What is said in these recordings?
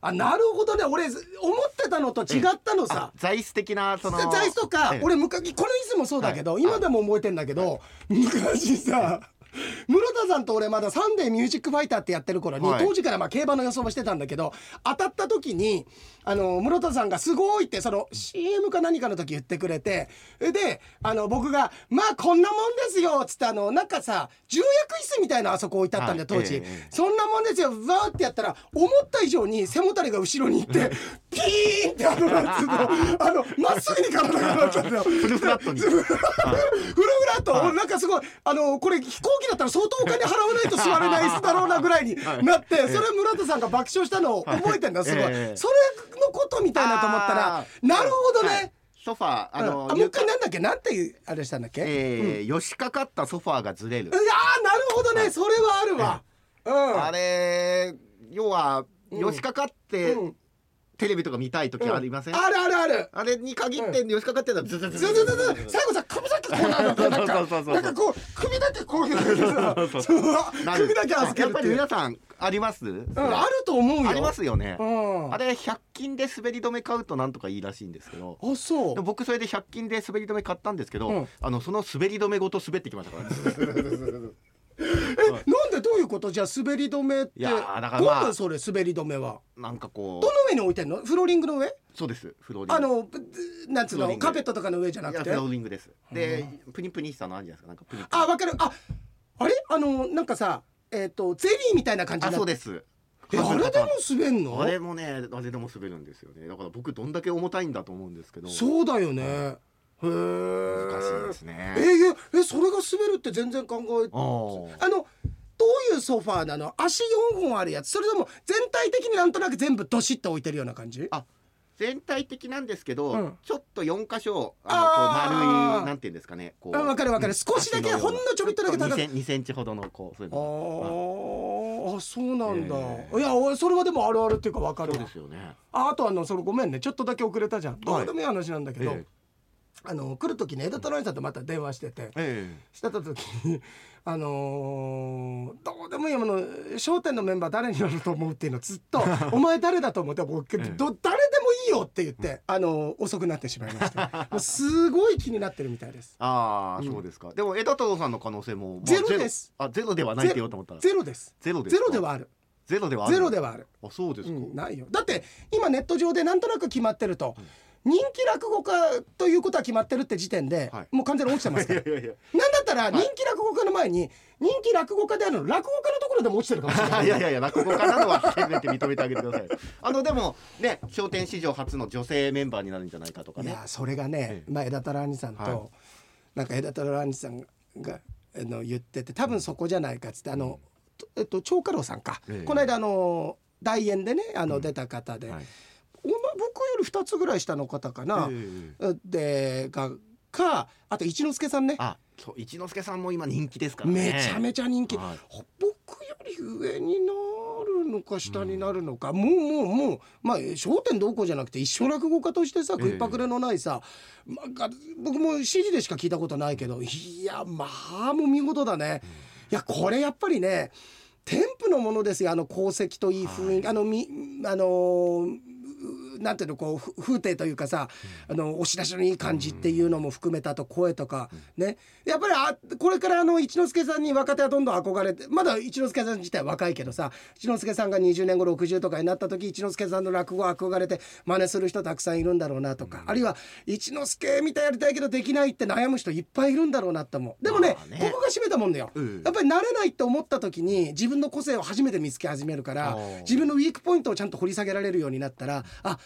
あなるほどね俺思ってたのと違ったのさ座椅子的なその座椅子とかええ俺昔この椅子もそうだけど、今でも覚えてんだけど、昔さ室田さんと俺まだ「サンデーミュージックファイター」ってやってる頃に、はい当時からまあ競馬の予想をしてたんだけど当たった時にあの室田さんが「すごい!」ってその CM か何かの時言ってくれてであの僕が「まあこんなもんですよ」っつってあのなんかさ重役椅子みたいなあそこ置いてあったんだよは当い時、ええええそんなもんですよわーってやったら思った以上に背もたれが後ろに行ってピーンってあのなんつうの あのまっすぐに体がなっちゃったよフルフラットにフルフラット俺なんかすごいあのこれ飛行機だったら相当お金払わないと座れない椅子だろうなぐらいになってそれ村田さんが爆笑したのを覚えてんだすごいそえれえのことみたいなと思ったらあーなるほどはいねソファーああのもう一回なんだっけなんていうあれしたんだっけえーよしかかったソファーがずれいるやーなるほどねそれはあるわうんあれ要はよしかかってうんテレビとか見たい時ありませんあるあるあるあれに限ってよしかかってたらずずずずずずず最後さ首だけこうなるのなんかそうそうそうそうなんかこう首だけこういうさそうなる首だけ預けるやっぱってりいう皆さんありますうんあると思うよありますよねうんあれ100均で滑り止め買うとなんとかいいらしいんですけどあそうでも僕それで100均で滑り止め買ったんですけど、うんあのその滑り止めごと滑ってきましたからね えなんでどういうことじゃあ滑り止めっていやーだからまあどうそれ滑り止めはなんかこどの上に置いてんのフローリングの上うそうですフローリングあのなんつうフローリのングカーペットとかの上じゃないやくフてローリングですで、プニプニしたのあるじゃないですかなんかプニプニあわかるああれあのなんかさえっとゼリーみたいな感じあになそうってですえあれでも滑んあのれもねあれでも滑るんですよねだから僕どんだけ重たいんだと思うんですけどそうだよねへえ難難しいですねえーいやえそれが滑るって全然考えあーあのどういうソファーなの足4本あるやつそれとも全体的になんとなく全部どしっと置いてるような感じあ全体的なんですけど、うんちょっと4箇所あのこうあー丸いなんていうんですかねこうあわかるわかるうん少しだけ足のようなほんのちょびっとだけ高くちょっ2センチほどのこうそういうあのーあそうなんだ、えーいや俺それはでもあるあるっていうかわかるそうわですよねああとあのそれごめんねちょっとだけ遅れたじゃんどうでもいい話なんだけど、ええあの来る時ね江田太郎兄さんとまた電話してて、えしてた時 に「あのーどうでもいいもの『笑点』のメンバー誰になると思う?」っていうのずっ と「お前誰だと思って僕ええど誰でもいいよ」って言って、あのー遅くなってしまいましたもうすごい気になってるみたいですああ、うんそうですかでも江田太郎さんの可能性も、まあゼロですゼロあゼロではないって言おうと思ったらゼロですゼロですゼかロではあるゼロではあるゼロではある、あそうですうか、ん、ないよだって今ネット上でなんとなく決まってると、人気落語家ということは決まってるって時点で、はいもう完全に落ちてますから いやいやいやなんだったら人気落語家の前に人気落語家であるの落語家のところでも落ちてるかもしれないいやいやいや落語家なのはせめて認めてあげてくださいあのでもね笑点史上初の女性メンバーになるんじゃないかとかいねやそれがねえ、えまあ、枝太郎兄さんと、はいなんか枝太郎兄さんがあの言ってて多分そこじゃないかっつってあの、とえっと、長家老さんか、ええこの間あの大演でねあの出た方で、はいおま僕より2つぐらい下の方かな、ええでがかあと一之輔さんねあそう一之輔さんも今人気ですからねめちゃめちゃ人気、はい僕より上になるのか下になるのか、もうもうもうまあ『笑点』どうこうじゃなくて一生落語家としてさええ食いパクれのないさ、まあが僕も CD でしか聞いたことないけどいやまあもう見事だね。いやこれやっぱりね添付のものですよあの功績といい雰囲気、あのみあのーうなんていうのこうふ風景というかさ、あの押し出しのいい感じっていうのも含めたあと声とか、ねやっぱりあこれからあの一之輔さんに若手はどんどん憧れてまだ一之輔さん自体は若いけどさ一之輔さんが20年後60とかになった時一之輔さんの落語憧れて真似する人たくさんいるんだろうなとか、あるいは一之輔みたいやりたいけどできないって悩む人いっぱいいるんだろうなと思う。でもね,、まあねここが占めたもんだよ、うんやっぱり慣れないって思った時に自分の個性を初めて見つけ始めるからあー自分のウィークポイントをちゃんと掘り下げられるようになったらあ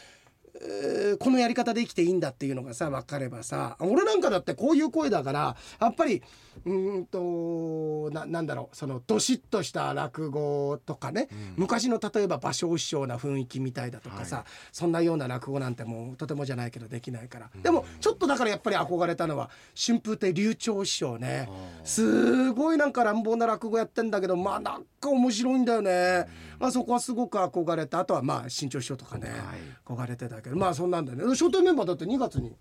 えーこのやり方で生きていいんだっていうのがさ分かればさ俺なんかだってこういう声だからやっぱりうーんとななんだろうそのどしっとした落語とかね、昔の例えば芭蕉師匠な雰囲気みたいだとかさ、そんなような落語なんてもうとてもじゃないけどできないから、でもちょっとだからやっぱり憧れたのは春風亭柳朝師匠ねすごいなんか乱暴な落語やってんだけどまあなんか面白いんだよね、まあ、そこはすごく憧れたあとはまあ新潮師匠とかね、はい憧れてたけどまあそんなんだよね商店メンバーだって2月に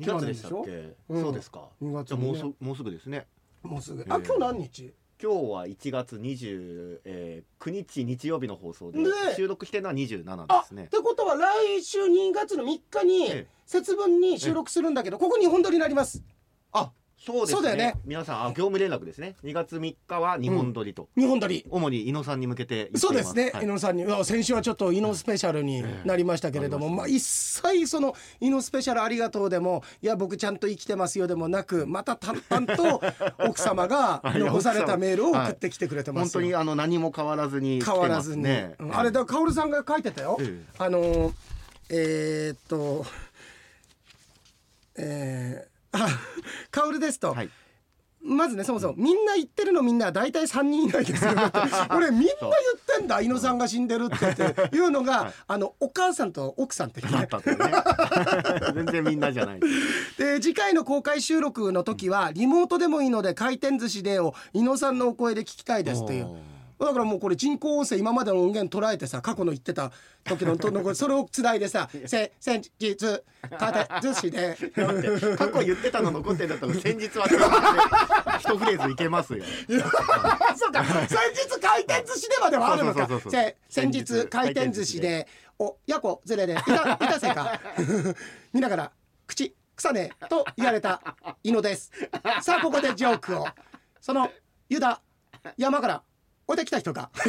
2月でしたっけ、うんそうですか2月じゃあにねもうすもうすぐですねもうすぐえあ今日何日今日は1月29、えー9日日曜日の放送でね収録してるのは27あでっすねてことは来週2月の3日にええ節分に収録するんだけどここ日本撮りになりますあそうですねそうだよね皆さんあ業務連絡ですね2月3日は日本撮りと、日本撮り主に井野さんに向けて言っていますそうですね、は伊い野さんにうわ先週はちょっと伊野スペシャルになりましたけれども、ええまあ、一切その「伊野スペシャルありがとう」でも「いや僕ちゃんと生きてますよ」でもなくまた淡々 と奥様がはい残されたメールを送ってきてくれてま本す当よにあの何も変わらずに来て変ますわらずに、ね、うんあれだ薫さんが書いてたよ、ええあのーえーっとえー、あ薫ですと、はいまずねそもそもみんな言ってるのみんな大体3人以内ですよねって 俺みんな言ってんだ猪野さんが死んでるって言っていうのが、あのお母さんと奥さんっていうあねったとね 全然みんなじゃないで次回の公開収録の時はリモートでもいいので回転寿司でを猪野さんのお声で聞きたいですっていうおーだからもうこれ人工音声今までの音源捉えてさ過去の言ってた時のとのそれをつないでさ「せ先日回転寿司で」待って過去言ってたの残ってんだったら先日は違う一フレーズい けますよあそうか先日回転寿司でまではあるのかそうそうそうそうせ先日回転寿司でおやこずれでい たいたせか見ながら口草ねと言われた井野ですさあここでジョークをそのユダ山から降りてきた人が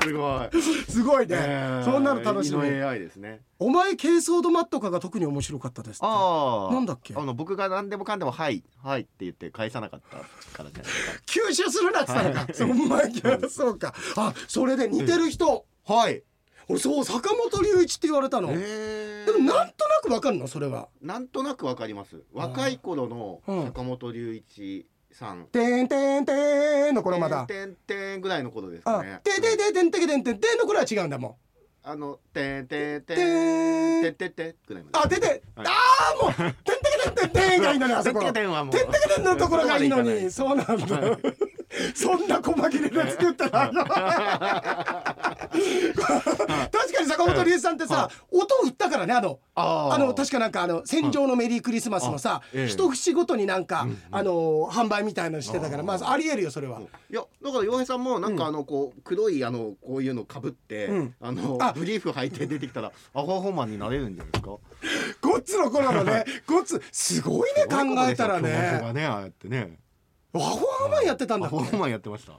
すごい、すごいね、そんなの楽しみみの AI ですねお前ケーソードマットかが特に面白かったですってああなんだっけあの僕が何でもかんでも「はいはい」って言って返さなかったからじゃないです吸収するなって言ったのか、そんまにそうかあそれで似てる人、かはい俺そう坂本龍一って言われたの、えでもなんとなくわかるのそれは。なんとなくわかります若い頃のうん坂本龍一さん、てんてんてんの頃まだ。てんてんぐらいの頃ですかあね、てんてんてんてんてんてんてんてんの頃は違うんだもん。あのてんてんててんてんん。てんてんぐらいまであ、てんてん。あはいあ、もう。てんてんてんてんてんがいいのに、あそこ。てんてんててんはもうんてんのところがいいのに、そそうなんだ。そんな細切れな作ったら。あの確かに坂本龍一さんってさ、音を打ったからね、あの。あーあの確かなんかあの「戦場のメリークリスマス」のさ、ええ一節ごとになんか、あの販売みたいなのしてたからまあありえるよそれは。いやだから洋平さんもなんかあのこう黒いあのこういうのかぶって、うんあのあブリーフ履いて出てきたらアホアホマンになれるんじゃないですかゴッツの頃のね、ゴッツ、すごいね、考えたら教ね。がねああやってねアホアマンやってたんだアっホアホけ。マンやってました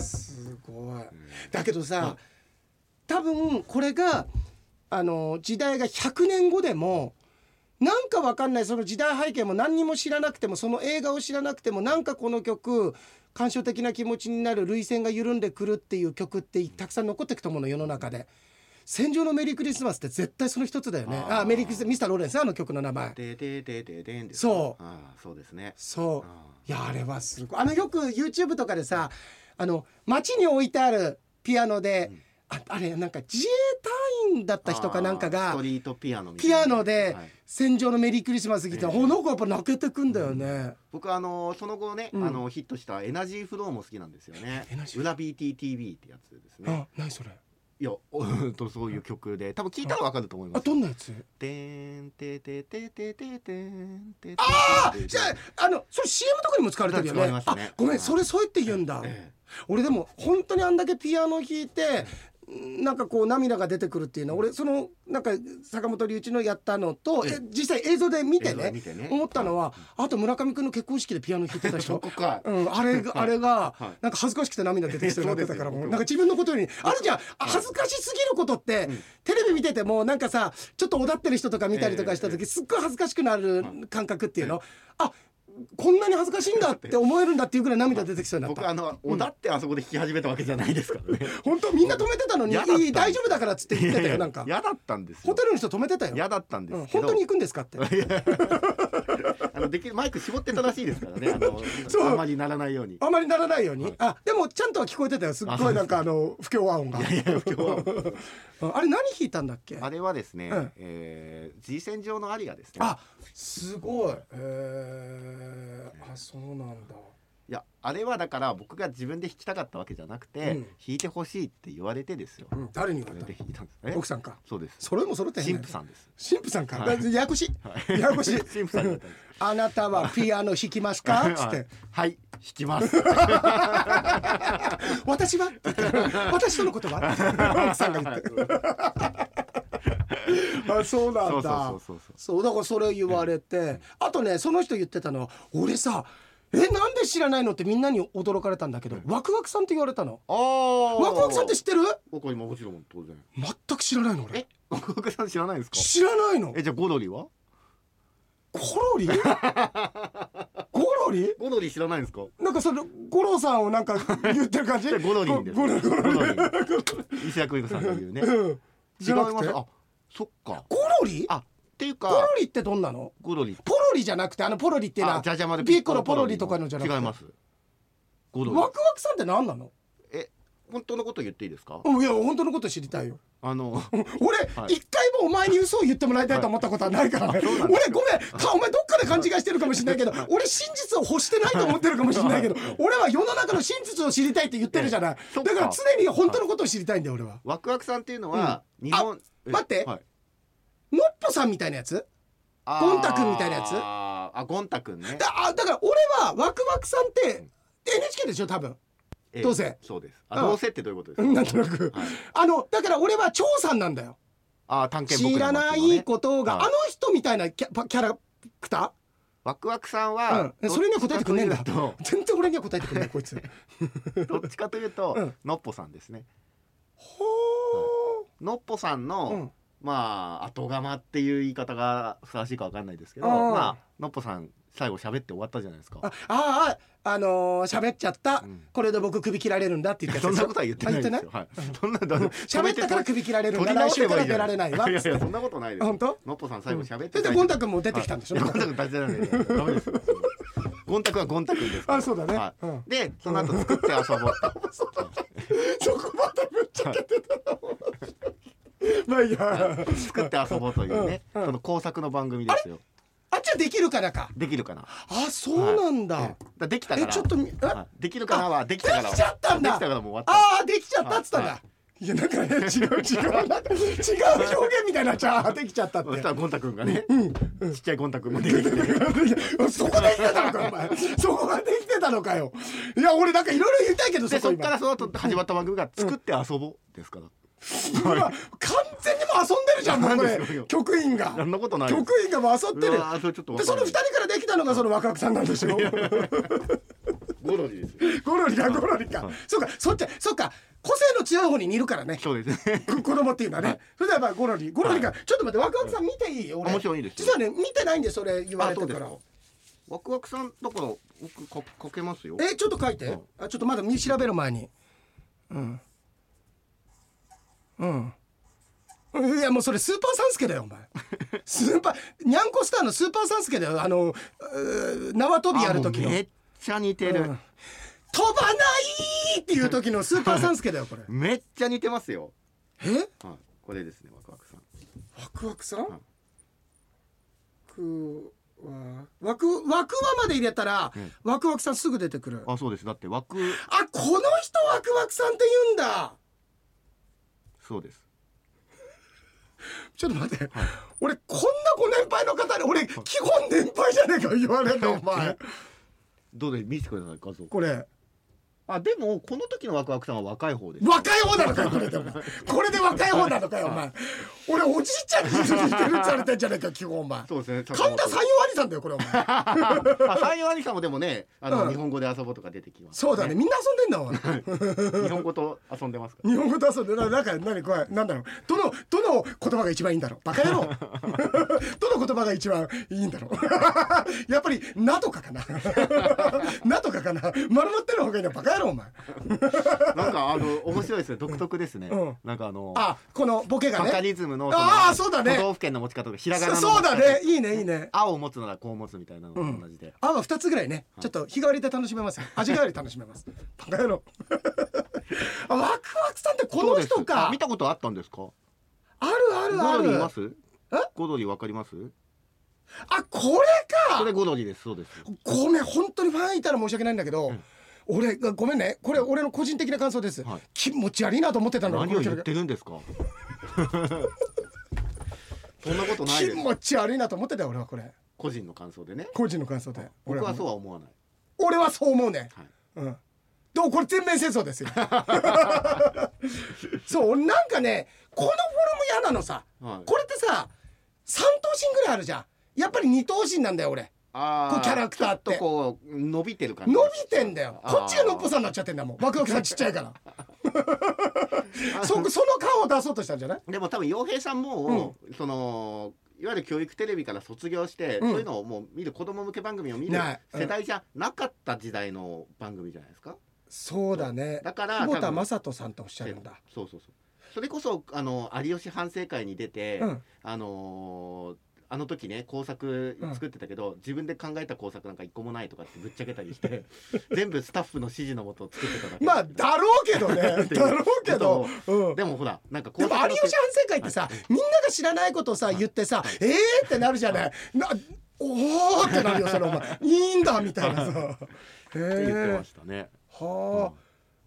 すごい。だけどさ、多分これが、あの時代が100年後でも。なんかわかんないその時代背景も何にも知らなくてもその映画を知らなくてもなんかこの曲感傷的な気持ちになる涙腺が緩んでくるっていう曲ってたくさん残っていくと思うの世の中で「戦場のメリークリスマス」って絶対その一つだよねあーあメリークリスマスミスター・ローレンスあの曲の名前でででででんですそうああそうですねそうあいやあれはすごいあのよく YouTube とかでさあの街に置いてあるピアノで、ああれなんか自衛隊員だっあた人かなんかスがトリートピアノみたいピなアノではい「戦場のメリークリスマス」ギター、ええほの子やっぱ泣けてくんだよね、僕あのその後ね、うんあのヒットしたエナジーフローも好きなんですよねエナジー裏 BTTV ってやつですあね何それいやおとそういう曲で多分聞いたらわかると思いまあすどんなやつてーんててててててんてああじゃああのそれ CM とかにも使われてるよね使われましたねあごめはんいそれそうやって言うんだ、え俺でも本当にあんだけピアノ弾いてなんかこう涙が出てくるっていうのは俺そのなんか坂本龍一のやったのと、え実際映像で見て映像ねで見てね思ったのはあと村上君の結婚式でピアノ弾いてた人そ こ。かうん、あれがあれが はいなんか恥ずかしくて涙出てきそうになってたからもそううですよなんか自分のことよりあるじゃんあ恥ずかしすぎることってテレビ見ててもなんかさちょっとおだってる人とか見たりとかしたえええ時すっごい恥ずかしくなる感覚っていうのあこんなに恥ずかしいんだって思えるんだっていうぐらい涙出てきそうになった僕あのおだってあそこで弾き始めたわけじゃないですからね本当みんな止めてたのに「嫌だったいい大丈夫だから」っつって言ってたよなんか嫌だったんですホよテルの人止めてたよ嫌だったんでうんすけ本ど、当に行くんですかってあのできるマイク絞ってたらしいですから ねあのそうあまりならないようにあまりならないようにあでもちゃんとは聞こえてたよすっあごそういですなんかあの不協和音がいやいや今日は うんあれ何弾いたんだっけあれはですね、うんえー、G 線上のアリアですねあすごいへえあそうなんだいやあれはだから僕が自分で弾きたかったわけじゃなくて、うん弾いてほしいって言われてですよ。うん誰に言そわれれでた弾いたんですね。奥さんかそうです。それもそれって神父さんです。神父さんか、はいややこしい、はいややこしい神父さんだったんです。あなたはピアノ弾きますかっつって。 はい、弾き ます。私は私とのことは奥さんが言ってあそうなそんだうそうそうそうそう。そうだからそれ言われてあとねその人言ってたのは俺さえなんで知らないのってみんなに驚かれたんだけどワクワクさんって言われたのああ。ワクワクさんって知ってる僕は今もちろん当然。全く知らないの俺え、ワクワクさん知らないですか。知らないのえ、じゃあゴロリは？ゴロ リゴロリゴロリ知らないんですか。なんかそれゴロさんをなん か言ってる感じじゃあゴロリンです。ゴロゴロリンリン。伊勢谷久美子さんが言 うね。違いうんじゃなまくす。てあ、そっか。ゴロリあ、っていうポロかリってどんなのゴロリ。ポロリじゃなくてあのポロリっていうのあは、じゃじゃまでピッコロポロリとかのじゃなくて違います。ゴロワリク。ワクさんって何なのえ、本当のこと言っていいですか。うんいや本当のこと知りたいよあの、俺一、はい回もお前に嘘を言ってもらいたいと思ったことはないからね、そう俺なごんめんかお前どっかで勘違いしてるかもしれないけど俺真実を欲してないと思ってるかもしれないけど俺は世の中の真実を知りたいって言ってるじゃないそだっかから常に本当のことを知りたいんだよ俺はワクワクさんっていうのは日本。え待ってはいノッポさんみたいなやつゴン太くんみたいなやつあー、あゴン太くんね。だあだから俺はワクワクさんってで NHK でしょ多分ええどうせそうです。うあ、んどうせってどういうことでうすんなか。んとなくはいあのだから俺は張さんなんだよあー、探検知僕らのな街のねいことが、はあいの人みたいなキャパキャラクタワクワクさんー、は、うん、どっそれには答えてくんねえんだちかという全然俺には答えてくんないこいつと どっちかというと、うんのっぽさんですねほのっぽさんの、ー、うん、まあ後釜っていう言い方がふさわしいかわかんないですけどあーまあのっぽさん最後喋って終わったじゃないですかああああのー喋っちゃった、うんこれで僕首切られるんだって言って そんなことは言ってないですあよ言っはいそんなだ喋ったから取首切られるんりだ直来せ週かばらいいじ出ゃらなれいないわいやいやそんなことないです本当のっぽさん最後喋っそてれでゴンタ君も出てきたんでしょ、はいいやゴンタ君立ちじゃないダメですよゴンタ君はゴンタ君ですからあそうだね、はうんい、でその後作って 遊ぼうそこまでぶっちゃけてたのまあいいや作って遊ぼうというね、うんうんその工作の番組ですよあっちゃできるからかできるかなあそうなんだ、はいええだできたかえらちょっとみえはいできるかなはできたからできちゃったんだできたからもう終わったああできちゃったっつったんだ、、はいやなんかね違う違うなんか違う表現みたいになっちゃうあーできちゃったってそ したらゴン太くんがね、ちっちゃいゴン太くんもでき てていやそこできてたのかお前そこができてたのかよいや俺なんかいろいろ言いたいけどでそこそっ今からその後始まった番組が作って遊ぼうですから、今完全にもう遊んでるじゃんもうこなんですれよ局員がそんなことないです局員がもう遊ってるうわーそれちょっとわでかそんのない二人からできたのがそのワクワクさんなんでしょゴロリですよ ゴロリかゴロリかそうかそっちそっか個性の強い方に似るからねそうですね子供っていうのはね、それではやっぱゴロリゴロリが、ちょっと待ってワクワクさん見ていいよ俺あもちろんいいですよ実はね見てないんでそれ言われてからあそうワクワクさんだから僕かかけますよえちょっと書いて、うんあちょっとまだ見調べる前にうんうんいやもうそれスーパーサンスケだよお前 スーパーにゃんこスターのスーパーサンスケだよあのうー縄跳びやる時あものうめ飛っちゃ似てる、ばないっていう時のスーパーサンスケだよこ れめっちゃ似てますよ、えはい、これですねワクワクさんワクワクさん、んくわワクワクワまで入れたら、うんワクワクさんすぐ出てくるああそうですだってワクこの人ワクワクさんって言うんだそうですちょっと待って、俺こんなご年配の方に俺基本年配じゃねえか言われんのお前どうで見せてください画像これあでもこの時のワクワクさんは若い方です若い方なのかよこれでお前これで若い方なのかよお前俺おじいちゃんに似てるされてんじゃねえか基本お前そうですね神田三陽兄さんだよこれお前あ三陽兄さんもでもねあの、うん日本語で遊ぼうとか出てきますそうだねみんな遊んでんだお前日本語と遊んでますか日本語出そうでななんか何これなんだろうどのどの言葉が一番いいんだろうバカ野郎 どの言葉が一番いいんだろう やっぱり「な」とかかな 「な」とかかな丸まってる方がいいのバカ野郎お前 らなんかあの面白いですね独特ですね、うんなんかあのあこのボケがバカねリズムのあーそうだね都道府県の持ち方とかひらがなそのそうだ持ち方ねいいねいいね青を持つならこう持つみたいなのと同じで、あは2つぐらいねちょっと日替わりで楽しめますよ味替わり楽しめますバカ野 郎あワクワクさんってこそうのです人かあ見たことあったんですかあるあるゴあロリいまるすえゴロリわかりますあこれかそれゴロリですそうですごめん本当にファンいたら申し訳ないんだけど、うん俺がごめんねこれ俺の個人的な感想です、はい気持ち悪いなと思ってたの何を言っこてるんですか そんなことのない気です持ち悪いなと思ってたよ俺はこれ個人の感想でね個人の感想で僕は俺そうはは思わない、俺はそう思うね、はい、うんでもこれ全面戦争ですよ そう俺なんかねこのフォルム嫌なのさ、はいこれってさ三頭身ぐらいあるじゃんやっぱり二頭身なんだよ俺あこうキャラクターってちょっとこう伸びてる感じ伸びてんだよこっちがのっぽささんになっちゃってんだもんワクワクさんちっちゃいから そその顔を出そうとしたんじゃないでも多分洋平さんも、そのいわゆる教育テレビから卒業して、うんそういうのをもう見る子供向け番組を見るないうん世代じゃなかった時代の番組じゃないですかそうだねだから久保田多分雅人さんとおっしゃるんだそうそうそうそれこそあの有吉反省会に出て、うんあのーあの時ね工作作ってたけど、自分で考えた工作なんか一個もないとかってぶっちゃけたりして 全部スタッフの指示のもと作ってただけまあだろうけどね だろうけど、うん、でもほらなんか工でも有作の吉反省会ってさ、みんなが知らないことをさ言ってさ、えーってなるじゃない。なおーってなるよそれお前いいんだみたいなさ。へって言ってえま。したね、は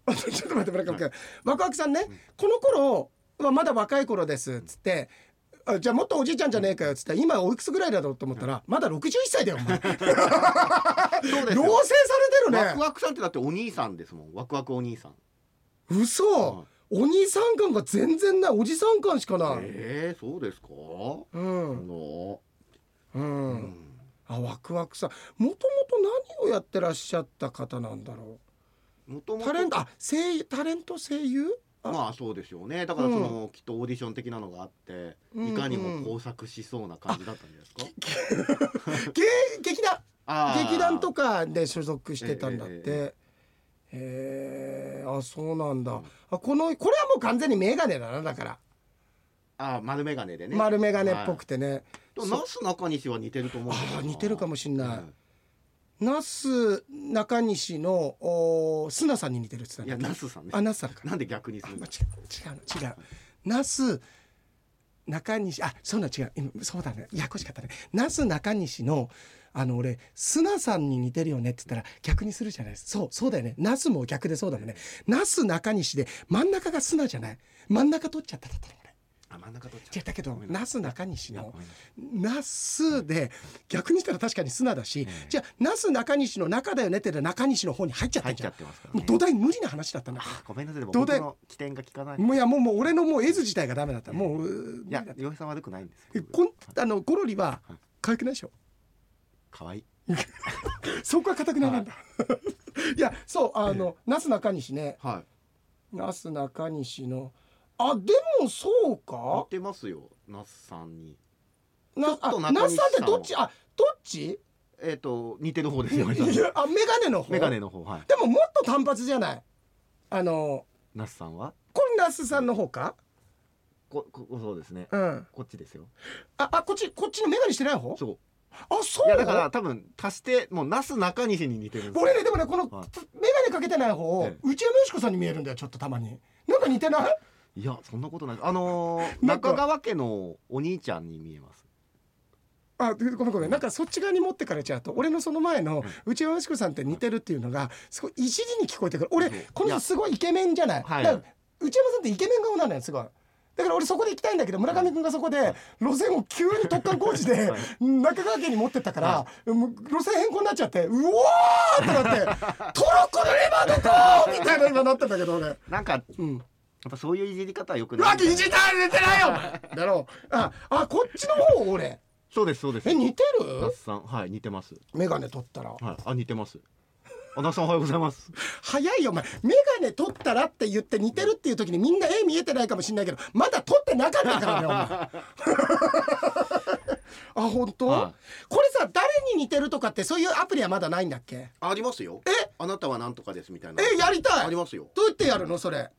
あ。 ちょっと待って村上君、ワクワクさんね、この頃はまだ若い頃ですっつって。あじゃあもっとおじいちゃんじゃねえかよっつって今おいくつぐらいだろうと思ったらまだ61歳だよお前そうです老よ成されてワるクねワクさんってだってお兄さんですもんワクワクお兄さん嘘お兄さん感が全然ないおじさん感しかない、えー、そうですか、あのうん、ううんんあワクワクさんもともと何をやってらっしゃった方なんだろもとうもタとレントあ声優タレント声優まあそうですよねだからその、きっとオーディション的なのがあってうんいかにも工作しそうな感じだったんじゃないですか、げ劇団あー劇団とかで所属してたんだってへええええあそうなんだ、うんあこのこれはもう完全に眼鏡だなだから、あー丸眼鏡でね丸眼鏡っぽくて、てね、はい、でもなすなかにしは似てると思うんだよなあー似てるかもしんないうん那須中西のおー砂さんに似てるって言いってたやんだナスさんねあ那須さんかなんで逆にするまのあ、違う違うの違う那須中西あそうな違う今そうだねややこしかったね那須中西のあの俺砂さんに似てるよねって言ったら逆にするじゃないですそうそうだよね那須も逆でそうだもんね那須中西で真ん中が砂じゃない真ん中取っちゃっただったの俺あ真ん中取っち違ゃうだけどごめん那な須中西いやのごめんなさい那須で逆にしたら確かに砂だし、ええじゃあ那須中西の中だよねって言ったら中西の方に入っちゃった入っじちゃゃんってますから、もうね、土台無理な話だったんだからあーごめんなさいでもどう僕だいの起点が効かないいもういやもうもう俺のもう絵図自体がダメだったもうや洋平さん悪くないんですよこんあのゴロリは可愛くないでしょ可愛いそこは固くないなんだ いやそうあの那須中西ねはい那須中西のあでもそう似かてますよ那須さんになあちょっと那中西須さんってさんはどっちあどっ ちえっ、と似てる方ですいやよ。メあメガネの方ガネの方はい。でももっと単発じゃないあのナスさんはこれ那須さんの方かこここそうですね。うんこっちですよ。ああこっちこっちのメガネしてない方そ。あそうういやだから多分足してもうナス中西に似てるんですよ。俺ねでもねこのメはガネかけてない方ええ内山美子さんに見えるんだよちょっとたまになんか似てないいやそんなことないです。あのー、なんか中川家のお兄ちゃんに見えます。あごめんごめんなんかそっち側に持ってかれちゃうと俺のその前の内山し子さんって似てるっていうのがすごい一時に聞こえてくる俺そうこの人いやすごいイケメンじゃない、はいだから内山さんってイケメン顔なのよすごいだから俺そこで行きたいんだけど村上君がそこで路線を急に突貫工事ではい中川家に持ってったからもう路線変更になっちゃってうおーってな って「トロッコのレバーどこー!」みたいな今なってんだけど俺。なんかやうんっぱそういういじり方はよくうない。わ、疑似体出てないよだろう。あ、あ、こっちの方俺。そうですそうです。え、似て那る須さんはい似てます。メガネ取ったら。はいあ似てます。あ那須さんおはようございます。早いよ、お前。メガネ取ったらって言って似てるっていう時にみんな絵見えてないかもしれないけど、まだ取ってなかったからね、お前。 あ、本当、はこれさ、誰に似てるとかってそういうアプリはまだないんだっけありますよ。えあなたはなんとかですみたいなえ、やりたいどうますよ。やってやるのそれ。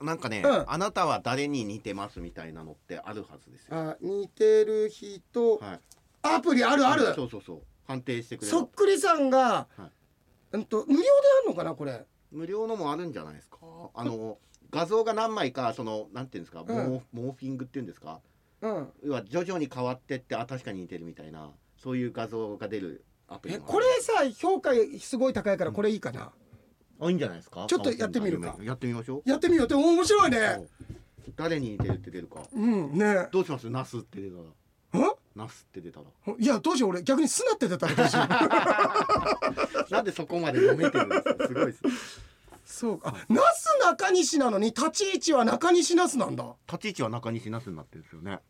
なんかね、うんあなたは誰に似てますみたいなのってあるはずですよ。あ、似てる人。はい。アプリあるある。そうそうそう。判定してくれるそっ。くりさんが、はうんと無料であんのかなこれ無料のもあるんじゃないですか。あの画像が何枚かそのなんていうんですか、うんモーモーフィングっていうんですか。うん要は徐々に変わってってあ確かに似てるみたいなそういう画像が出るアプリえもこれさ評価すごい高いからこれいいかな、あいいんじゃないですかちょっとやってみるか青木さんやってみましょうやってみようって面白いねそう誰に似てるって出るかうんねどうしますナスって出たらえナスって出たらいやどうしよう俺逆にすなって出たらどう しようなんでそこまで読めてるんですかすごいですそうかあなす中西なのに立ち位置は中西なすなんだ立ち位置は中西ナスになってるんですよね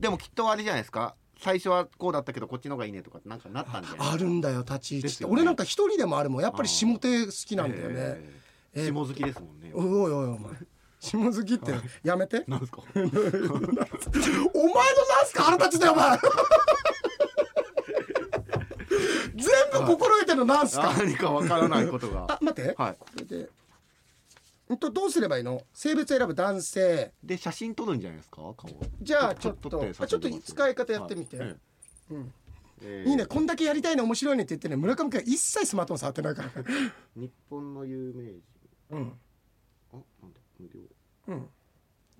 でもきっとあれじゃないですか最初はこうだったけどこっちの方がいいねとかってなんかなったんじゃないあるんだよ立ち位置でっすて、よね俺なんか一人でもあるもんやっぱり下手好きなんだよね、えーえー下好きですもんねおいおいおいお 前下好きってやめてなんですか お前のなんすか腹立ちだよお 前全部心得てるのなんすか何かわからないことが あ待って、はいこれでうんとどうすればいいの性別選ぶ男性で写真撮るんじゃないですか顔をじゃあちょっと撮てあちょっと使い方やってみて、はいえうんえええいいねこんだけやりたいね面白いねって言ってね村上君は一切スマートフォン触ってないから日本の有名人うんあなんだ無料うん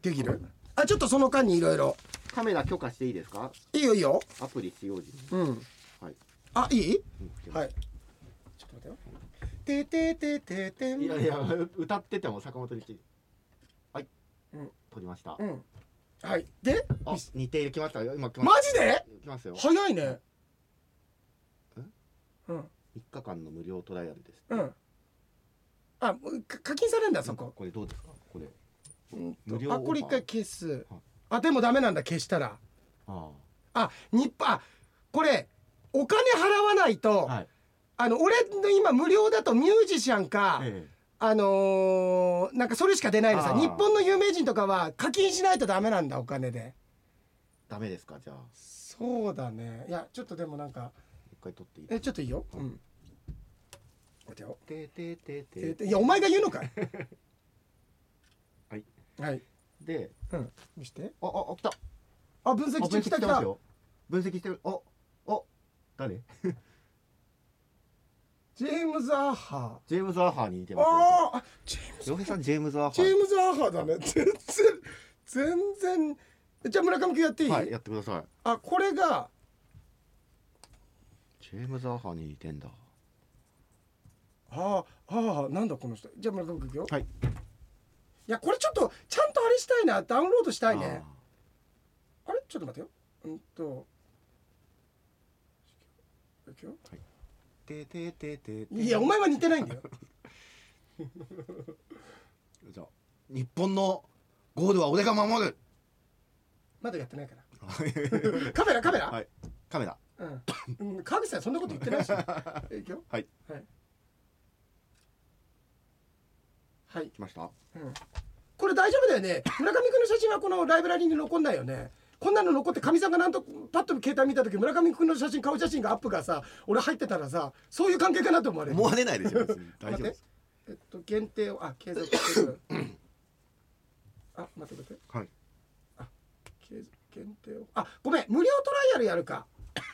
できるあちょっとその間にいろいろカメラ許可していいですかいいよいいよアプリ使用時にうんはいあいいうんはいちょっと待ってよてててててんいやいや歌ってても坂本龍一はい、うん撮りました、うんはいであ似ている来ましたよ今来まマしジでた来ますよ早いねえうん3日間の無料トライアルです、うんあもうか課金されるんだそここれどうですかこれうんと無料あこれ一オーバ回ー消すあでもダメなんだ消したらああ日本あこれお金払わないあと、はい、あの俺の今無料だとミュージシャンか、えあのーなんかそれしか出ないのさあー日本の有名人とかは課金しないとダメなんだお金でダメですかじゃあそうだねいやちょっとでもなんか一回撮っていいえちょっといいよ、うん、待てよてててえーてといやお前が言うのかい はいはいでうん見してあああ来たあ分析あ中来た来ますたよ分析してるああ誰ジェームズ・アーハジェームズ・アーハーに似てーますあーあジェームズ洋平さんジェームズ・アーハジェーームズ・アーハーだね 全然全然じゃあ村上君やっていい、はいやってくださいあこれがジェームズ・アーハーに似てんだああああなんだこの人じゃあ村上君いくよはいいやこれちょっとちゃんとあれしたいなダウンロードしたいねあれちょっと待ってようんといくよててててていやお前は似てないんだよじゃあ日本のゴールは俺が守るまだやってない からカメラカメラ、はいカメラうん、うん、川口さんそんなこと言って ないし、ね、いくよはいはい、はい来ましたうん、これ大丈夫だよね村上君の写真はこのライブラリに残んないよねこんなの残ってかみさんがなんとパッと携帯見た時村上君の写真顔写真がアップがさ俺入ってたらさそういう関係かなと思われる思われないですよ別に 大丈夫ですえっと限定をあ継続継続あ待って待ってはい継続限定をあごめん無料トライアルやるか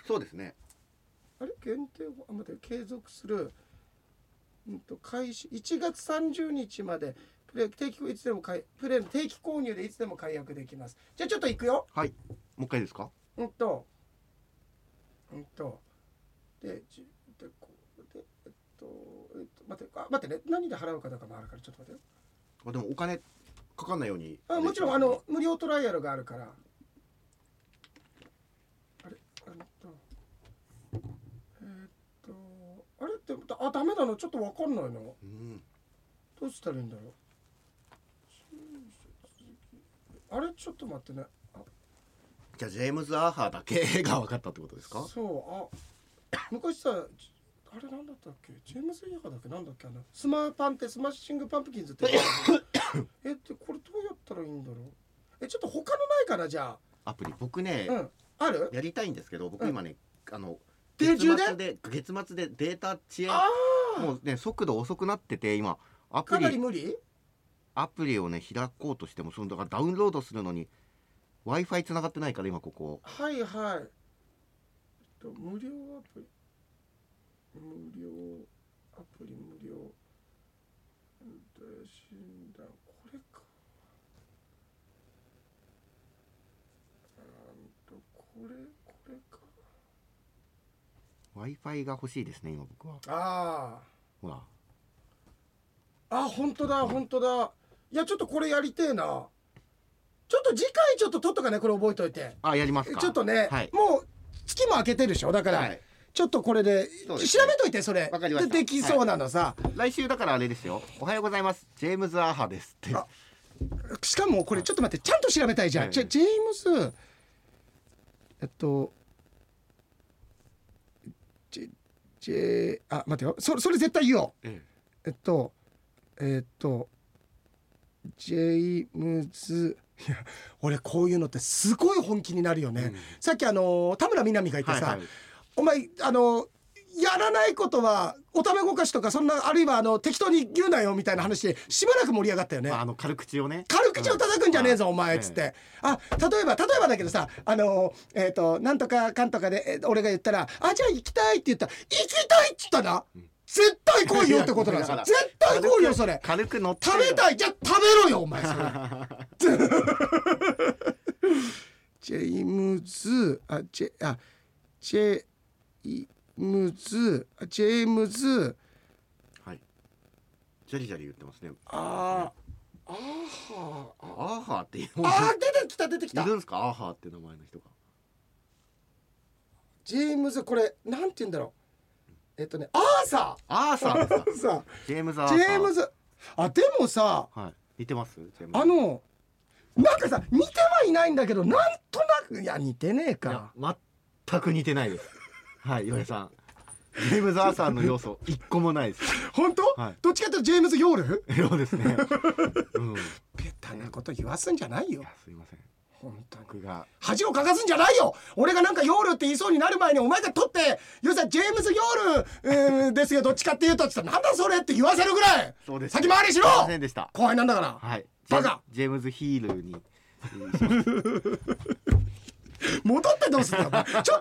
そうですねあれ限定をあ待って継続するうんと開始1月30日までプレイ定期いつでも買いプレイ定期購入でいつでも解約できますじゃあちょっと行くよはいもう一回ですかうんとうんとでじでこうでえっと、えっと、待ってあ待ってね何で払うかとかもあるからちょっと待ってよあでもお金かかんないようにあもちろんあの無料トライアルがあるからあれあのとえーっとあれってあダメだなちょっとわかんないのうんどうしたらいいんだろうあれちょっと待ってねあじゃあジェームズ・アーハーだけが分かったってことですかそうあ昔さじあれなんだったっけジェームズ・イヤーだっけなんだっけあのスマパンってスマッシングパンプキンズって えってこれどうやったらいいんだろうえちょっと他のないかなじゃあアプリ僕ね、うんあるやりたいんですけど僕今ね、あの定月住末でで月末でデータ遅あ延もうね速度遅くなってて今アあかプなりリ無理アプリをね開こうとしてもそのだからダウンロードするのに w i f i 繋がってないから今ここはいはいえっと無料アプリ無料アプリ無料うんと診断これかうんとこれこれか Wi-Fi が欲しいですね今僕はあほらああ本当だ本当だいやちょっとこれやりてえなちょっと次回ちょっと撮っとかねこれ覚えといてあやりますかちょっとね、はいもう月も明けてるでしょだから、はいちょっとこれでそうです調ねべといてそれわかりましたでできそうなのさ、来週だからあれですよおはようございますジェームズ・アーハですってあしかもこれちょっと待ってちゃんと調べたいじゃん、はいじゃジェームスえっとジェジェあ待ってよそれそれ絶対言おうええっとえっとジェームズいや俺こういうのってすごい本気になるよね、うんさっきあのー田村みなみがえ言ってさ、はいはいお前あのやらないことはおためごかしとかそんなあるいはあの適当に言うなよみたいな話でしばらく盛り上がったよね、まあ、あの軽口をね軽口を叩くんじゃねえぞ、はいお前っつって、あ例えば例えばだけどさあのえっ、となんとかかんとかで、えー俺が言ったら「あじゃあ行きたい」って言ったら「行きたい」っつったな、絶対来いよってことなんですよいや絶対来いよそれ軽く乗って食べいたいじゃあ食べろよお前それ ジェイムズあジェあジェイムズあジェイムズはいジャリジャリ言ってますねあーあーアーハーっていうあー出てきた出てきたいるんですかアーハーって名前の人がジェームズこれなんて言うんだろうえっとねアーサアーサーですかーさジェームズ・アージサーェームズあでもさはい似てますジェームズあのなんかさ似てはいないんだけどなんとなくいや似てねえいかや全く似て ないですはい岩井さんジェームズ・アーサーの要素一個もないです本当、はいどっちかっていうとジェームズ・ヨール そうですねうんいベタなこと言わすんじゃないよやすいません本当に僕が恥をかかすんじゃないよ俺がなんかヨールって言いそうになる前にお前が取って「よっしゃジェームズ・ヨール、うんですよどっちかっていうと」っつったら「なんだそれ」って言わせるぐらいそうです先回りしろすいませんでした後輩なんだから、はいバカジェームズ・ヒールに戻ってどうすんだよお前ちょっとアーサー寄りに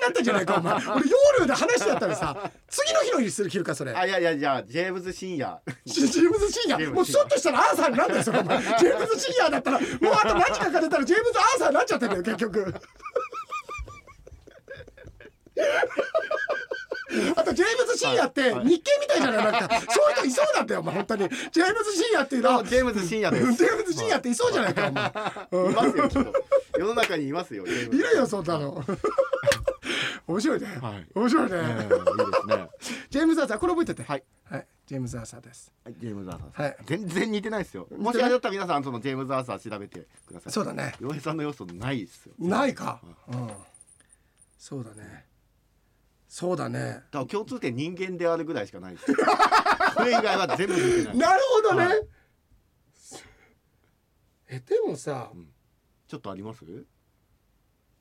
なったんじゃないかお前俺ヨールで話してやったらさ次の日の日にする切るかそれあいやいやじゃあジェームズ・シンヤジジェームズ・シンヤジェームズシンヤもうスッとしたらアーサーにな ったんですよお前ジェームズ・シンヤだったらもうあと何かかれたらジェームズ・アーサーになっちゃってんだよ結局あとジェームズ・シンヤって日は系いみたいじゃないなんかそういう人いそうなんだよお前本当にジェームズ・シンヤっていうのはジェームズ・シンヤジで ェすームズ・シンヤっていそうじゃないかお前いますよきっと世の中にいますよジェームいズるよそんなの面白いね、はい面白いね、ええいいですねジェームズ・アーサーこれ覚えててはい、ジェームズ・アーサーですはいジェームズ・アーサーです、はい全然似てないですよもしあれだったら皆さんそのジェームズ・アーサー調べてくださいそうだね洋平さんの要素ないですよないか、うん、そうだねそうだねだから共通点人間であるぐらいしかない ですよそれ以外は全部似てないなるほどね、はいえでもさ、ちょっとあります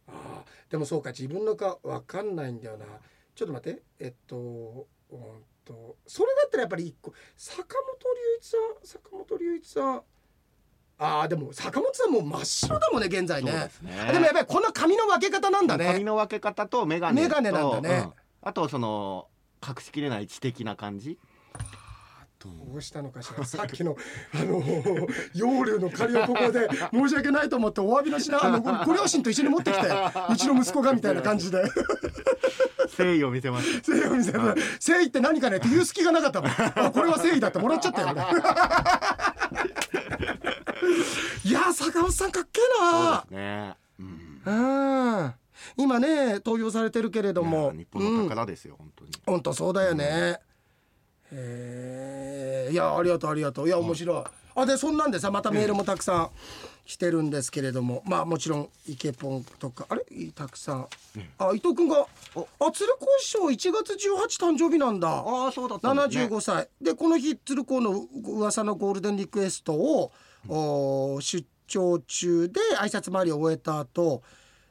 あーでもそうか自分の顔わかんないんだよなちょっと待ってえっとうんとそれだったらやっぱり一個坂本龍一さん坂本龍一さんあーでも坂本さんもう真っ白だもんね現在ねそうですねあでもやっぱりこの髪の分け方なんだね髪の分け方と眼鏡とメガネなんだねうんあとその隠しきれない知的な感じどうしたのかしら さっきのあの 陽流の借りをここで申し訳ないと思ってお詫びの品あのごご両親と一緒に持って きてうちの息子がみたいな感じで 誠意を見せまし誠意を見せる誠意って何かねって言う隙がなか ったもんあこれは誠意だってもらっちゃったよねいやー坂本さんかっけえたなそうですね、うん、うん今ね投票されてるけれどもいや日本の宝ですよ、本当に本当そうだよね、えーいやありがとうありがとういや面白い、あでそんなんでさまたメールもたくさん来てるんですけれどもまあもちろんイケポンとかあれいたくさん、あ伊藤君が「あ鶴子師匠1月18誕生日なんだああそうだったんですね75歳でこの日鶴子の噂のゴールデンリクエストを、おー出張中で挨拶回りを終えた後、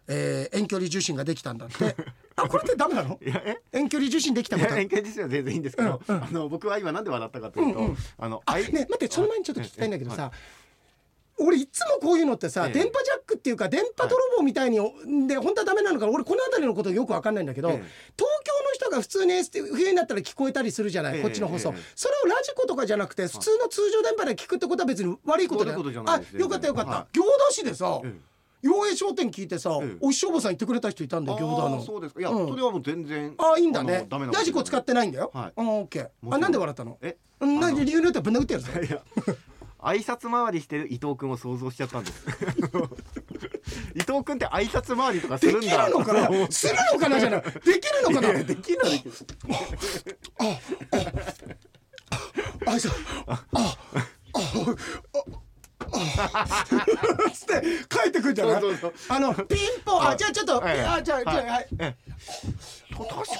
えー遠距離受信ができたんだって あこれってダメなのいやえ遠距離受信できたいこと や円形自身は全然いいんですけど、あの僕は今なんで笑ったかというと、あのああねい待ってその前にちょっと聞きたいんだけどはさ俺いつもこういうのってさ、ええ電波ジャックっていうか電波泥棒みたいに、で本当はダメなのか俺この辺りのことよく分かんないんだけど、ええ東京の人が普通に ST 冬になったら聞こえたりするじゃない、ええこっちの放送、ええそれをラジコとかじゃなくて普通の通常電波で聞くってことは別に悪いこと悪いことじゃないあですよかったよかった、は行田市でさ、ええ妖艶商店聞いてさ、んお師匠坊さん言ってくれた人いたんだよ餃子あーのそうですかいや、うんそれはもう全然ああいいんだあねのダメなラジコ使ってないんだよ、はいあオッケーもちろあんなんで笑ったのえうんなんあでの理由によってはぶん殴ってやるぞいや挨拶回りしてる伊藤君を想像しちゃったんです 伊藤君って挨拶回りとかすでるんだきるのかなそうするのかなじゃないできるのかいやなできないけどあいさあああああつって帰ってくんじゃないそうそうあのピンポンあじゃあちょっと、はいあじゃあじゃあはいはい確か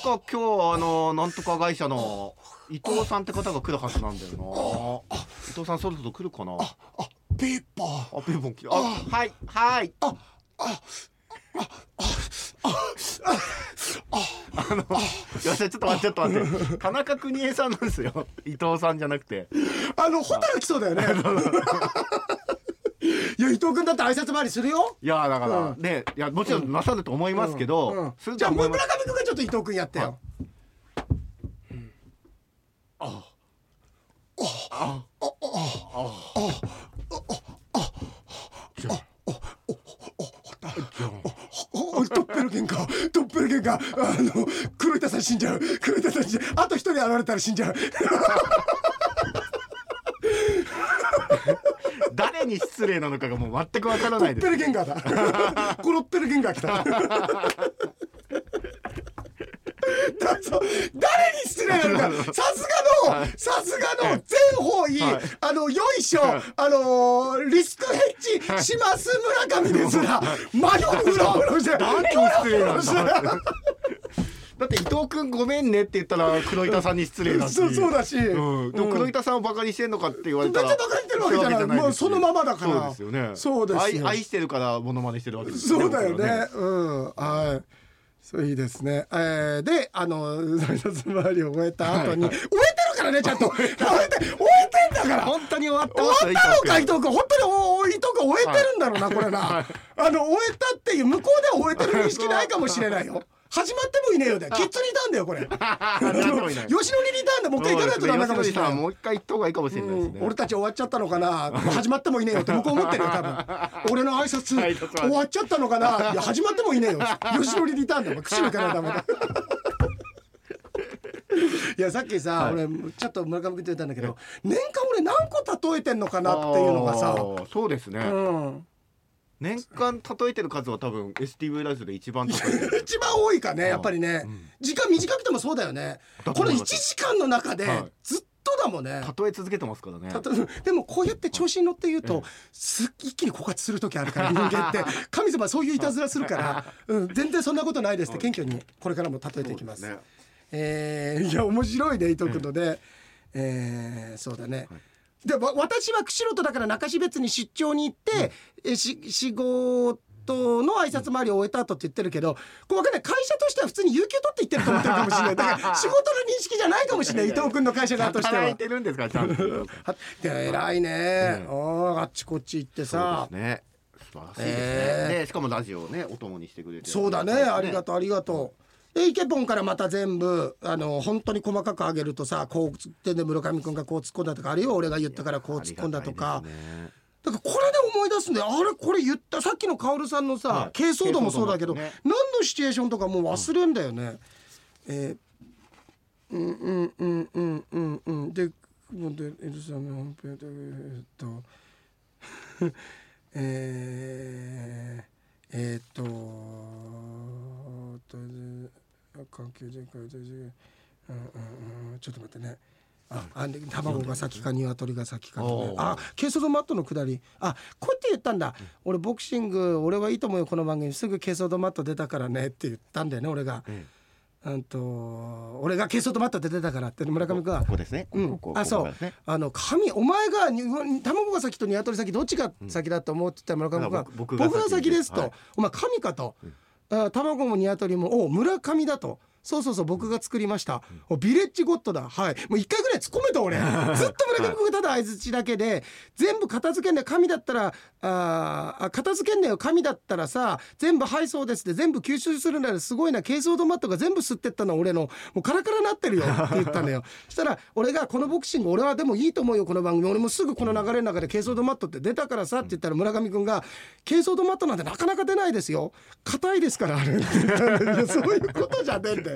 今日あのなんとか会社の伊藤さんって方が来るはずなんだよな伊藤さんそろそろ来るかなああピンポンピンポン来たあはいはいあのいやちょっと待ってちょっと待って田中邦衛さんなんですよ伊藤さんじゃなくてあのホタル来そうだよねいや伊藤君だって挨拶回りするよいやだから、うねいやもちろんなさると思いますけど、うんするじとゃあはも思ういま村す上君がちょっと伊藤君やってよ、おおドッペルゲンガードッペルゲンガーあの黒板さん死んじゃう黒板さん死んじゃうあと一人現れたら死んじゃう誰に失礼なのかがもう全くわからドないッでペルすゲンガー だコロッペルゲンガー来ただそう誰に失礼なのかさすがのさすがの全方位、はいあのよいしょ、はいあのーリスクヘッジします村上ですら迷ううろうろして 誰に失礼なんだだって伊藤君ごめんねって言ったら黒板さんに失礼だ しそうそうだしうん、でも黒板さんをバカにしてんのかって言われたら別に馬鹿にしてるわけじゃないそううわけですしもうそのままだからそうですよねそうですよ愛愛してるからモノマネしてるわけですそうだよ僕らね。うん、はい。そういいですね。えー、で、あの、挨拶回りを終えた後に、はい終えてるからね、ちゃん と。終えて、終えてんだから。本当に終わって終まわっすたよのか、伊藤君、本当にお、お伊藤君、終えてるんだろうな、これな。あの、終えたっていう、向こうでは終えてる認識ないかもしれない よ。始まってもいねえよだよ。キッズにいたんだよ、これ。君ちゃんとい ない吉野にいたんだ、もう一回行かないとダメかもしれそうですね吉野さなんいも。う一回行った方がいいかもしれないですね、俺たち終わっちゃったのかな始まってもいねえよって向こう思ってるよ多分俺の挨拶はいどうぞ終わっちゃったのかないや始まってもいねえよ吉野にいたんだよ口抜かないとダ メだいやさっきさ、はい俺ちょっと村上君と言ったんだけど年間俺何個例えてんのかなっていうのがあさーそうですね、うん年間例えてる数は多分 STV ラジオで一番例えてる一番多いかねやっぱりね、時間短くてもそうだよねだとこ思のい1ます時間の中ではいずっとだもんね、例え続けてますからねたとでもこうやって調子に乗って言うとすっ一気に枯渇する時ある から人間って神様そういういたずらするから、うん、全然そんなことないですって謙虚にこれからも例えていきます。そうでねえーいや面白いね伊藤君のね、えーそうだね。でわ私は釧路とだから中標津に出張に行って、えし仕事の挨拶回りを終えた後って言ってるけどこうわかんない会社としては普通に有給取って言ってると思ってるかもしれないだから仕事の認識じゃないかもしれない伊藤君の会社側としては働い。てるんですからちゃんとはで偉いね、うあーあっちこっち行ってそ さうですね素晴らしいですね、えーでしかもラジオをねお供にしてくれてそう,、だねありがとうありがとうでイケポンからまた全部あの本当に細かく上げるとさこうつってね村上君がこう突っ込んだとかあるいは俺が言ったからこう突っ込んだとかありがたいですねだからこれで思い出すんだよあれこれ言ったさっきのカオルさんのはさい軽装度もそうだけど、珪藻土もね何のシチュエーションとかもう忘れんだよね。えーうんうんうんうんうんうんでもうでエルサの本編でえーっと えー、えーっとと環境全開で、うんうんうん、ちょっと待ってねああで卵が先か鶏が先かとねおーあ軽装のマットの下りあこうやって言ったんだ、俺ボクシング俺はいいと思うよこの番組すぐ軽装のマット出たからねって言ったんだよね俺が。えうんと俺が軽装とマット出てたからって村上君はここですねこうんこここあそここうですねあの髪お前がにう卵が先と鶏先どっちが先だと思うって言ったら村上君がだから「僕僕僕がが先です」とはい「お前神か」と「あ卵も鶏もおう村上だ」と「そうそうそう僕が作りました、おビレッジゴッドだはいもう1回ぐらい突っ込め た俺ずっと村上君がただ相づちだけで全部片付けんだよ神だったらあーあ片付けんだよ神だったらさ全部「はいそうです」で全部吸収するならすごいな珪藻土マットが全部吸ってったの俺のもうカラカラなってるよって言ったのよそしたら俺が「このボクシング俺はでもいいと思うよこの番組俺もすぐこの流れの中で珪藻土マットって出たからさ」って言ったら村上君が「珪藻土マットなんてなかなか出ないですよ硬いですからあれ」って言ったのよいやそういうことじゃねえんだよ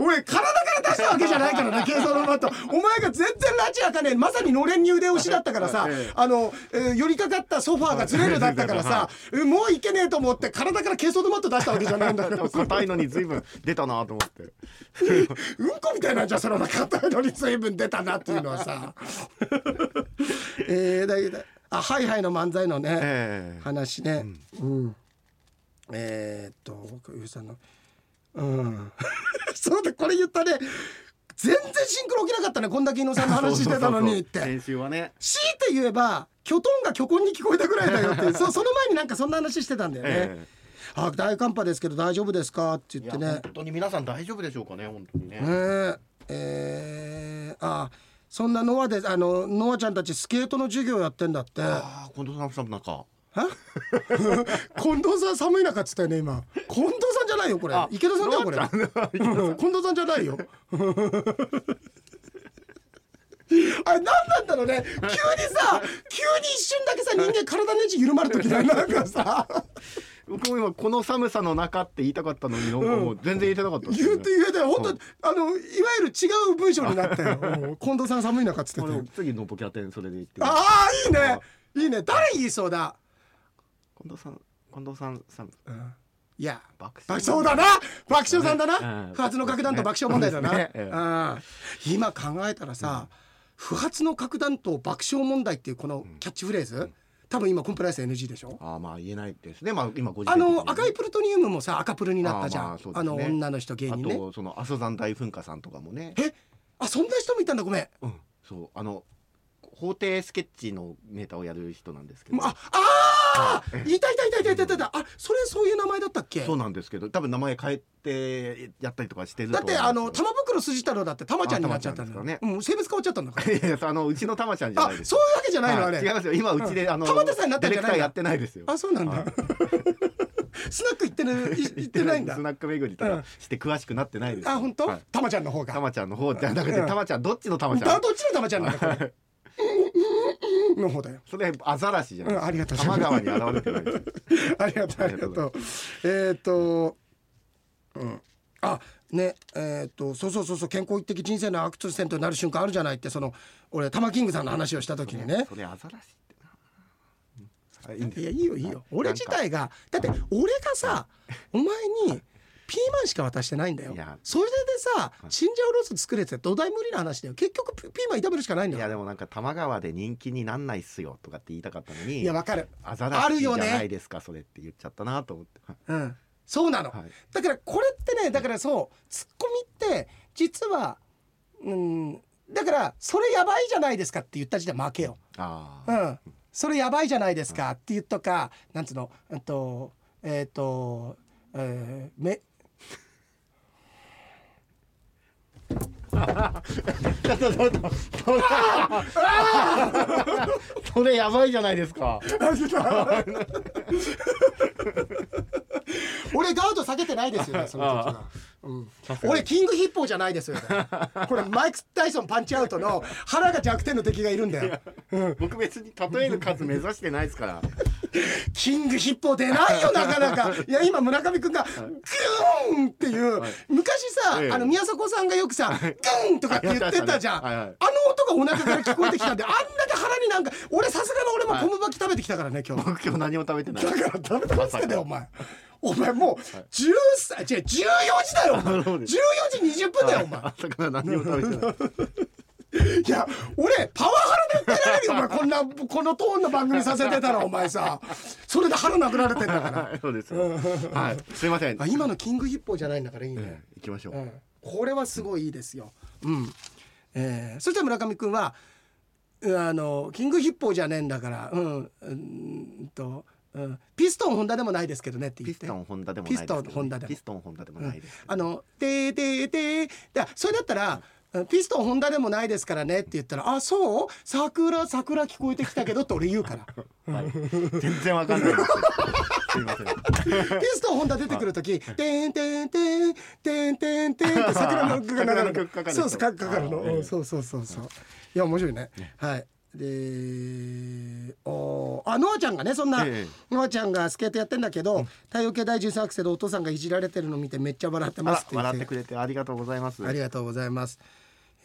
俺体から出したわけじゃないからな珪藻土マットお前が全然ラチ開かねえまさにのれんに腕押しだったからさ、ええあの、えー寄りかかったソファーがずれるだったからさ、えもういけねえと思って体から珪藻土マット出したわけじゃないんだからでも硬いのに随分出たなと 思ってうんこみたいなんじゃその硬いのに随分出たなっていうのはさ えー、だいだあハイハイの漫才のね、ええ話ね、うんえー、っと僕ゆうさんのうん そうだこれ言ったね全然シンクロ起きなかったねこんだけ伊野さんの話してたのにっ そうそうそうそうて先週はね強いて言えば巨トンが巨根に聞こえたぐらいだよ ってそその前になんかそんな話してたんだよね、ええあ大寒波ですけど大丈夫ですかって言っていやね本当に皆さん大丈夫でしょうかね本当にね、ねええー、あそんなノアであのノアちゃんたちスケートの授業やってんだってああ近藤さんさんの中近藤さん寒い中っつったよね今近藤さんじゃないよこれあ池田さんだよこれノアちうん近藤さんじゃないよ あれ何なんだろうね急にさ急に一瞬だけさ人間体の位置緩まる時だよなんかさ 僕も今この寒さの中って言いたかったのになんかもう全然言えてなかったです言ようねて言うて本当あのいわゆる違う文章になったよ うん近藤さん寒い中っつってこて れ次のボキャテンそれで言ってみますああいいねいいね誰言いそうだ、近藤さん近藤さんさんいや爆爆笑だな爆笑さんだなうん不発の核弾と爆笑問題だな、そうですねうん今考えたらさ、不発の核弾と爆笑問題っていうこのキャッチフレーズ、多分今コンプライアンス NG でしょああまあ言えないですねまあ今ご時あ世的にねの赤いプルトニウムもさ赤プルになったじゃんああ,、ーまあそうですねの女の人芸人あねとその阿蘇山大噴火さんとかもねえあそんな人もいたんだごめんうんそうあの法廷スケッチのネタをやる人なんですけどあああいたいたいたいたいたいたいたあそれそういう名前だったっけそうなんですけど多分名前変えてやったりとかしてるとだっ思うんでてすよあの玉袋筋太郎だって玉ちゃんになっちゃったんだよ、あ玉ちゃんですうん、性別変わっちゃったんだからい やいやあのうちのたまちゃんじゃあないですそういうわけじゃないのあれはい違いますよ今うちで、あの玉田さんになったんじゃないんだディレクターやってないですよあそうなんだはい。 スナック行って るい行ってないんだス。ナック巡りとうんかして詳しくなってないですよあ本当はい？たまちゃんの方が。たあまちゃんの方じゃなくてうんたまちゃんどっちのたまちゃどんっちのたまちゃんなんだこれ。の方だよ。それアザラシじゃないですうんありがとう多摩川に現れてないです ありがとうありがとう。えっと、うん。あねえっとそうそうそうそう健康一的人生のアクセントになる瞬間あるじゃないってその俺玉キングさんの話をした時にね。それアザラシってなあいいんですいやいいよいいよ。俺自体がだって俺がさお前に。ピーマンしか渡してないんだよいやそれでさチンジャオロース作れって土台無理な話だよ結局ピピーマン炒めるしかないんだいよやでもなんか多摩川で人気になんないっすよとかって言いたかったのいにやわかるアザラあシるじゃよねないですかそれって言っちゃったなと思 ってはいうんそうなの、はいだからこれってねだからそうツッコミって実はうんだからそれやばいじゃないですかって言った時点で負けよあうあんそれやばいじゃないですかって言っとかなんつうのうんとえっ、と、えー、めちょっとちょっとそれ それやばいじゃないですか俺ガード下げてないですよねその時は、うん、俺キングヒッポーじゃないですよねこれマイク・ダイソンパンチアウトの腹が弱点の敵がいるんだよ僕別に例えの数目指してないですからキングヒッポー出ないよなかなかいや今村上君がグーンっていう昔さええあの宮迫さんがよくさグーンとかって言ってたじゃんはいはいあの音がお腹から聞こえてきたんであんだけ腹になんか俺さすがの俺もはい小麦巻き食べてきたからね今日僕今日何も食べてないだから食べてますけどよお前お前もう10歳違う14時だよお前なるほど14時20分だよお 前朝から何も食べ てない いや俺パワハラで訴えられるよお前こんなこのトーンの番組させてたらお前さそれで腹なくなれてんだからはいそうですよはいすいませんあ今のキングヒッポーじゃないんだからいいね、ええ行きましょう、うんこれはすごいいいですよ。うんえーそして村上君はうんあのキングヒッポーじゃねえんだからうんうんと、うん、ピストンホンダでもないですけどねって言ピっスてトンホンダでもないですけど、ピストンホンダでもピストンホンダでもないですけど、あの「てーてーてー」だそれだったら「ピストンホンダでもないですからね」って言ったら「あそう桜桜聞こえてきたけど」って俺言うから はい、全然わかんないですすいませんピストンホンダ出てくる時「てんてんてんてんてんてん」って桜の曲が流れ桜の曲かかるそうそうかかかるの、あーうえんえそうそうそうそういや面白いねはいでおーあノアちゃんがねそんな、ええノアちゃんがスケートやってんだけど、太陽系第13アクセルお父さんがいじられてるの見てめっちゃ笑ってあまらすって言っ笑てってくれてありがとうございますありがとうございます。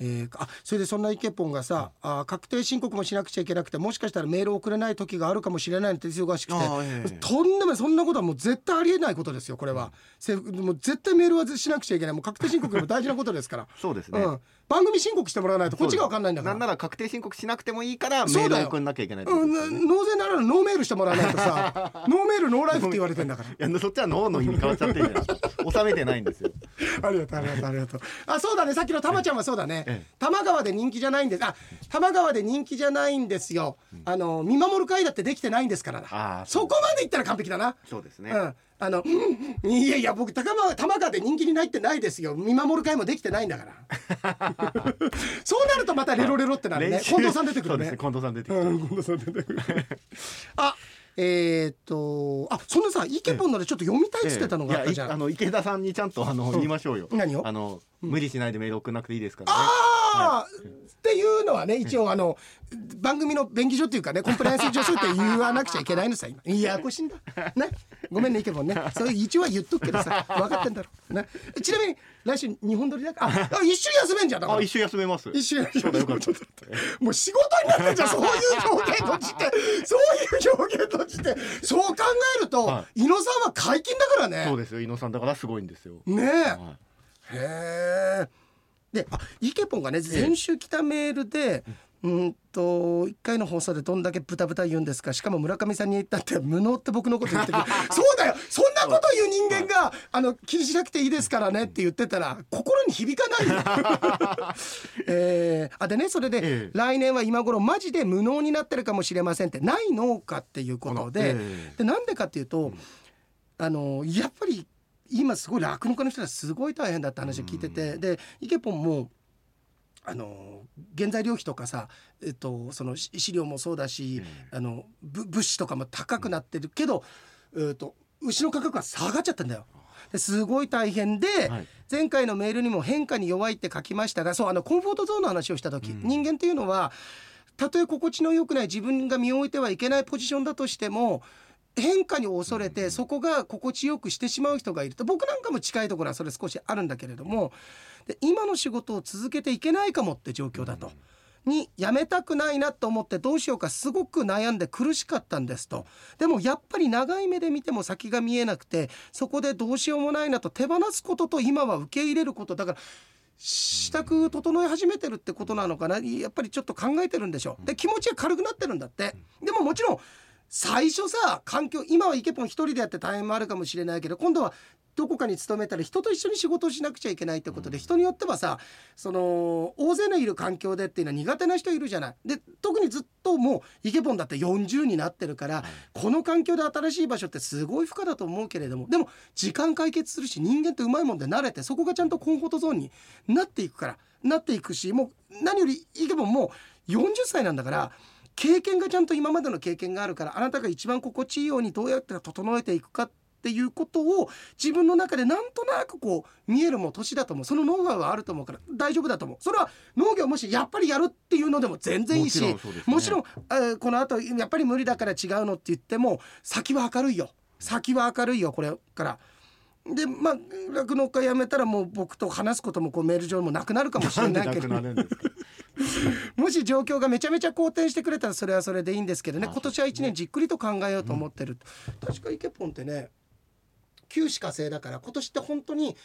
えーあそれでそんなイケポンがさ、あ確定申告もしなくちゃいけなくてもしかしたらメール送れない時があるかもしれないって忙しくて、あーええとんでもないそんなことはもう絶対ありえないことですよこれは、せもう絶対メールはしなくちゃいけないもう確定申告でも大事なことですから、そうですうね、ん、番組申告してもらわないとこっちが分かんないんだからなんなら確定申告しなくてもいいからメそうールだよ送んなきゃいけないってこうとんですなよね納税ならノーメールしてもらわないとさ ノーメールノーライフって言われてんだからいやそっちは脳の意味変わっちゃってるじゃないですか収めてないんですよ ありがとうありがとうありがとう。あそうだねさっきの玉ちゃんはそうだね。ええ玉川で人気じゃないんです。あ玉川で人気じゃないんですよ。あの見守る会だってできてないんですからあな。ーそこまで言ったら完璧だな。そうですね、うん。あの、うんいやいや僕高川玉川で人気にないってないですよ。見守る会もできてないんだから。 そうなるとまたレロレロってなるね。練習近藤さん出てくそうるでね。すね近藤さん出てきて、うん、近藤さん出てくる。あ。えー、っとあそんなさイケポンのでちょっと読みたいっつってたのがあっいやたいじゃん、あの池田さんにちゃんとあの言いましょうよ。何をあの無理しないでメール送んなくていいですからね。ああ、っていうのはね一応あの番組の便宜上っていうかねコンプライアンス上そうやって言わなくちゃいけないのさ今いややこしいんだねごめんねイケボンねそれ一応は言っとくけどさ分かってんだろうねちなみに来週日本撮りだ からああ一週休めんじゃんだかあら一周休めます。一週そうだよかった。もう仕事になってんじゃんそういう表現閉じてそういう表現閉じてそう考えると、は猪野さんは解禁だからそうねですよ伊野さんだからすごいんですよ。ねえ、はいへえ。で、あ、イケポンがね、先週来たメールで。うんと1回の放送でどんだけブタブタ言うんですかしかも村上さんに言ったって無能って僕のこと言 ってくるそうだよそんなこと言う人間があの気にしなくていいですからねって言ってたら心に響かない よ、えーあでねそれで、ええ来年は今頃マジで無能になってるかもしれませんってない農家っていうことで、ええでなんでかっていうと、あのやっぱり今すごい酪農家の人はすごい大変だって話を聞いてて、でイケポンもあの原材料費とかさ、えっと、そのし飼料もそうだし、あのぶ物資とかも高くなってるけど、えっと牛の価格が下がっちゃったんだよ。ですごい大変で、はい前回のメールにも変化に弱いって書きましたがそうあのコンフォートゾーンの話をした時、人間っていうのはたとえ心地の良くない自分が身を置いてはいけないポジションだとしても変化に恐れてそこが心地よくしてしまう人がいると僕なんかも近いところはそれ少しあるんだけれどもで今の仕事を続けていけないかもって状況だと。に辞めたくないなと思ってどうしようかすごく悩んで苦しかったんですとでもやっぱり長い目で見ても先が見えなくてそこでどうしようもないなと手放すことと今は受け入れることだから支度整え始めてるってことなのかなやっぱりちょっと考えてるんでしょうで気持ちが軽くなってるんだってでももちろん最初さ環境今はイケポン一人でやって大変もあるかもしれないけど今度はどこかに勤めたら人と一緒に仕事をしなくちゃいけないってことで、人によってはさその大勢のいる環境でっていうのは苦手な人いるじゃない。で特にずっともうイケポンだって40になってるから、この環境で新しい場所ってすごい負荷だと思うけれどもでも時間解決するし人間ってうまいもんで慣れてそこがちゃんとコンフォートゾーンになっていくからなっていくしもう何よりイケポンもう40歳なんだから。経験がちゃんと今までの経験があるからあなたが一番心地いいようにどうやったら整えていくかっていうことを自分の中でなんとなくこう見えるもう年だと思うそのノウハウはあると思うから大丈夫だと思うそれは農業もしやっぱりやるっていうのでも全然いいしもちろんそうですねもちろんえーこの後やっぱり無理だから違うのって言っても先は明るいよ先は明るいよこれから。でまあ酪農家辞めたらもう僕と話すこともこうメール上もなくなるかもしれなんでないなけくどなるんですか。もし状況がめちゃめちゃ好転してくれたらそれはそれでいいんですけどねあ今年は1年じっくりと考えようと思ってる、確かイケポンってね旧歯科生だから今年って本当に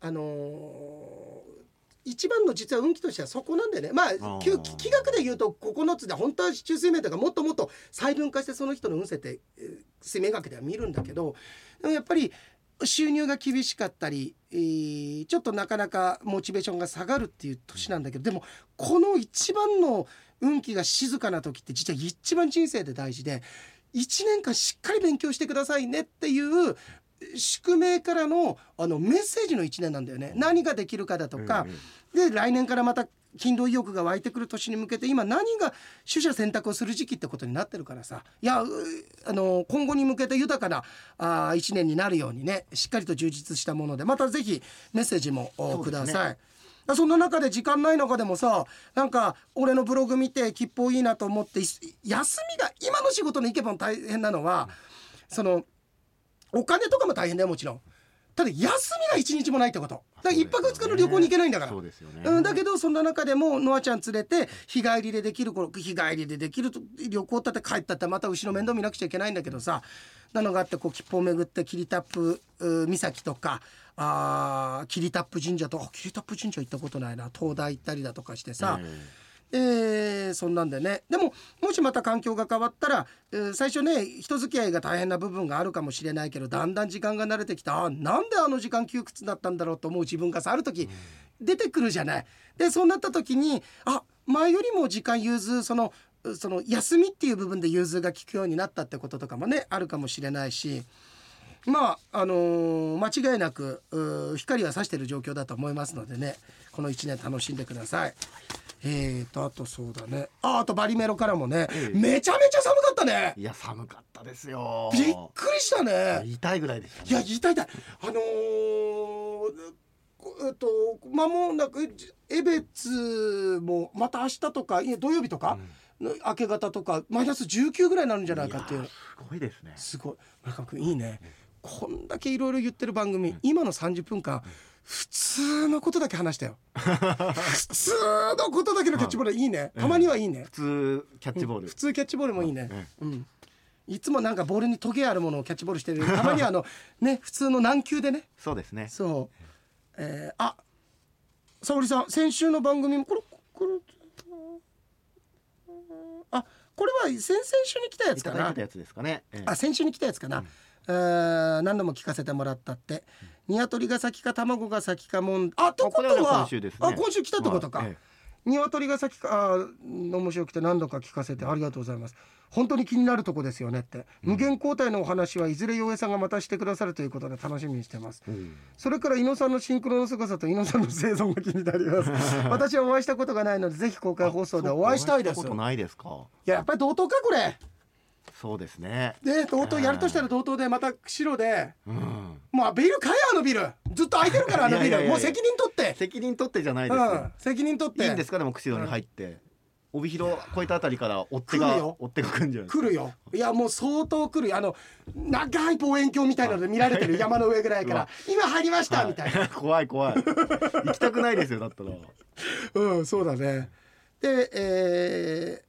あのー一番の実は運気としてはそこなんだよねまあー旧気学で言うと9つで本当は中水面とかもっともっと細分化してその人の運勢ってえー水面学では見るんだけどでもやっぱり収入が厳しかったり、えーちょっとなかなかモチベーションが下がるっていう年なんだけどでもこの一番の運気が静かな時って実は一番人生で大事で1年間しっかり勉強してくださいねっていう宿命からのあのメッセージの1年なんだよね何ができるかだとか、で来年からまた勤労意欲が湧いてくる年に向けて今何が取捨選択をする時期ってことになってるからさいやうあの今後に向けて豊かなあ1年になるようにねしっかりと充実したものでまたぜひメッセージもおそうくでだすねさい。そんな中で時間ない中でもさなんか俺のブログ見て吉報いいなと思ってい休みが今の仕事に行けば大変なのは、そのお金とかも大変だよもちろんただ休みが一日もないってことだから一泊二日の旅行に行けないんだからそうですよね。うん、だけどそんな中でもノアちゃん連れて日帰りでできる頃日帰りでできると旅行だって帰ったってまた後ろ面倒見なくちゃいけないんだけどさなのがあってこう切符を巡ってキリタップう岬とかあーキリタップ神社とかあキリタップ神社行ったことないな東大行ったりだとかしてさ、うんえーそんなんでねでももしまた環境が変わったら、えー最初ね人付き合いが大変な部分があるかもしれないけどだんだん時間が慣れてきたあーなんであの時間窮屈だったんだろうと思う自分がさある時出てくるじゃない。でそうなった時にあ前よりも時間融通そのうその休みっていう部分で融通が利くようになったってこととかもねあるかもしれないし。まああのー間違いなくうー光は差している状況だと思いますのでねこの1年楽しんでください。えーとあとそうだねああとバリメロからもね、ええめちゃめちゃ寒かったねいや寒かったですよ。びっくりしたね痛いぐらいでした、ね。いや痛い痛いあのーこえっと間もなくえエベツもまた明日とかいや土曜日とか、明け方とかマイナス19ぐらいになるんじゃないかっていうやすごいですね。すごい村上君いいねこんだけいろいろ言ってる番組今の30分間普通のことだけ話した よ普通のことだけのキャッチボールいいねたまにはいいね普通キャッチボール。普通キャッチボールもいいねうん。うん。いつもなんかボールにトゲあるものをキャッチボールしてる。たまにはあ のね普通の軟球でね。そうですね。そう。えー、あ、沙織さん先週の番組もこれこれあこれは先々週に来たやいつたかだな。いたやつですかね。ええあ先週に来たやつかな、えー何度も聞かせてもらったって、鶏が先か卵が先かもんあってことはこれは今週ですねあ今週来たってことか、はいえ鶏が先かあー面白くて何度か聞かせてありがとうございます本当に気になるとこですよねって、無限交代のお話はいずれ洋江さんがまたしてくださるということで楽しみにしてますうんそれから伊野さんのシンクロの凄さと伊野さんの生存が気になります 私はお会いしたことがないのでぜひ公開放送でお会いしたいですそっかお会したことないですか。いややっぱり同等かこれそうですね。で同等やるとしたら同等でまた白でうん。まあビル買えあのビルずっと空いてるからあのビいやいやいルやもう責任取って責任取ってじゃないですうよん。責任取っていいんですかでも釧路に入って帯広越えたあたりから追っ手来るがよ追っ手が来るんじゃないですか来るよいやもう相当来るよあの長い望遠鏡みたいなので見られてる山の上ぐらい から今入りましたみたいな 怖い怖い行きたくないですよだったらうんそうだねでえ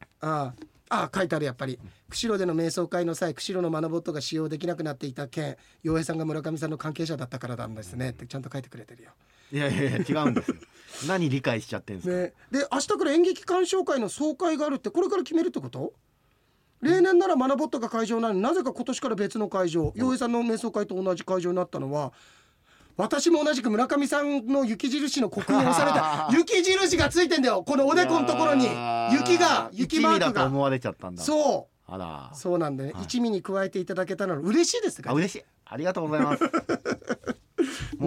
ー、あーあー書いてあるやっぱり釧路での瞑想会の際釧路のマナボットが使用できなくなっていた件洋平さんが村上さんの関係者だったからなんですねってちゃんと書いてくれてるよいやいやいや違うんですよ何理解しちゃってんですか、ね、で明日から演劇鑑賞会の総会があるってこれから決めるってこと例年ならマナボットが会場なのになぜか今年から別の会場洋平さんの瞑想会と同じ会場になったのは私も同じく村上さんの雪印の刻印を押され た雪印がついてんだよこのおでこのところにいやー雪が雪マー一ク味だとが思われちゃったんだそあらうそうなんでね、はい一味に加えていただけたのは嬉しいですあが嬉しいありがとうございますも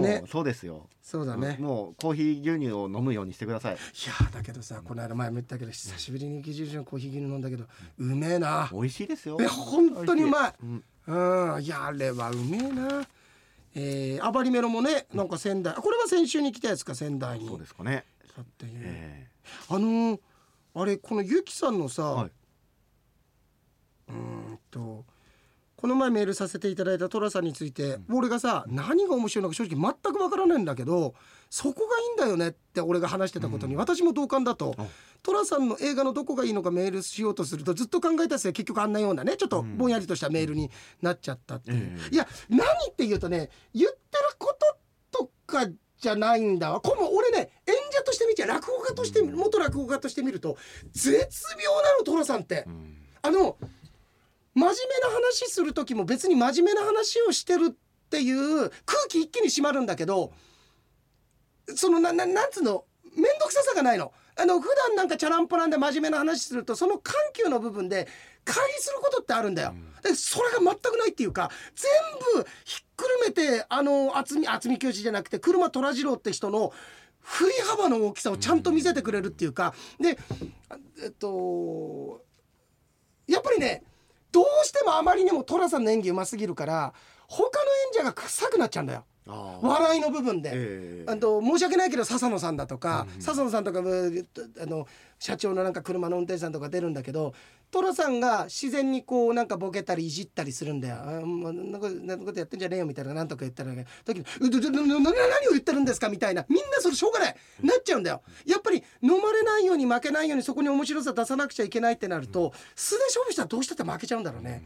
う、ねそうですよそうだね、もうコーヒー牛乳を飲むようにしてくださいいやーだけどさこの間前も言ったけど久しぶりに雪印のコーヒー牛乳飲んだけどうめえな美味しいですよいや本当にうまい美味しうん、いやあれはうめえな。えー、アバリメロもね、なんか仙台、あこれは先週に来たやつか、仙台うんに。そうですかね、だっていうえあのーあれ、このゆきさんのさ、えはいうーんと。この前メールさせていただいた寅さんについて、俺がさ何が面白いのか正直全くわからないんだけどそこがいいんだよねって俺が話してたことに、私も同感だとあ寅さんの映画のどこがいいのかメールしようとするとずっと考えたせい結局あんなようなねちょっとぼんやりとしたメールになっちゃったっていう、ええいや何って言うとね言ってることとかじゃないんだわこれも俺ね演者として見ちゃう落語家として元落語家として見ると絶妙なの寅さんってう。んあの真面目な話する時も別に真面目な話をしてるっていう空気一気に締まるんだけどそのなななんつうの面倒くささがないのあの普段なんかチャランポランで真面目な話するとその緩急の部分で乖離することってあるんだよ、でそれが全くないっていうか全部ひっくるめてあの渥美渥美教授じゃなくて車虎次郎って人の振り幅の大きさをちゃんと見せてくれるっていうか、であえっとやっぱりねどうしてもあまりにも寅さんの演技うますぎるから他の演者が臭くなっちゃうんだよあー笑いの部分で。ええあと申し訳ないけど笹野さんだとか、笹野さんとかうあの社長のなんか車の運転手さんとか出るんだけど寅さんが自然にこうなんかボケたりいじったりするんだよ「あもうなんかなんかことやってんじゃねえよ」みたいななんとか言ったらね時にうどどどなな何を言ってるんですか?」みたいなみんなそれしょうがないなっちゃうんだよ。やっぱり飲まれないように負けないようにそこに面白さ出さなくちゃいけないってなると素で勝負したらどうしたって負けちゃうんだろうね。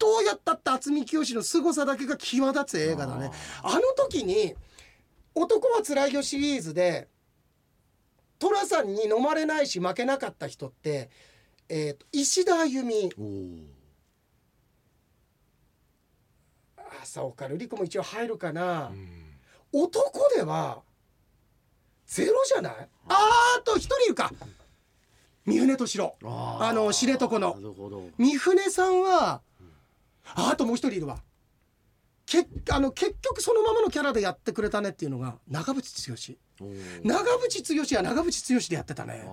どうやったって渥美清の凄さだけが際立つ映画だねあの時に「男はつらいよ」シリーズで寅さんに飲まれないし負けなかった人って、えーと石田あゆみおー朝岡瑠璃子も一応入るかなう、ん男ではゼロじゃないあーあと一人いるか三船敏郎ああの知床のなるほど三船さんはああともう一人いるわけあの結局そのままのキャラでやってくれたねっていうのが長渕剛おー長渕剛は長渕剛でやってたね、あ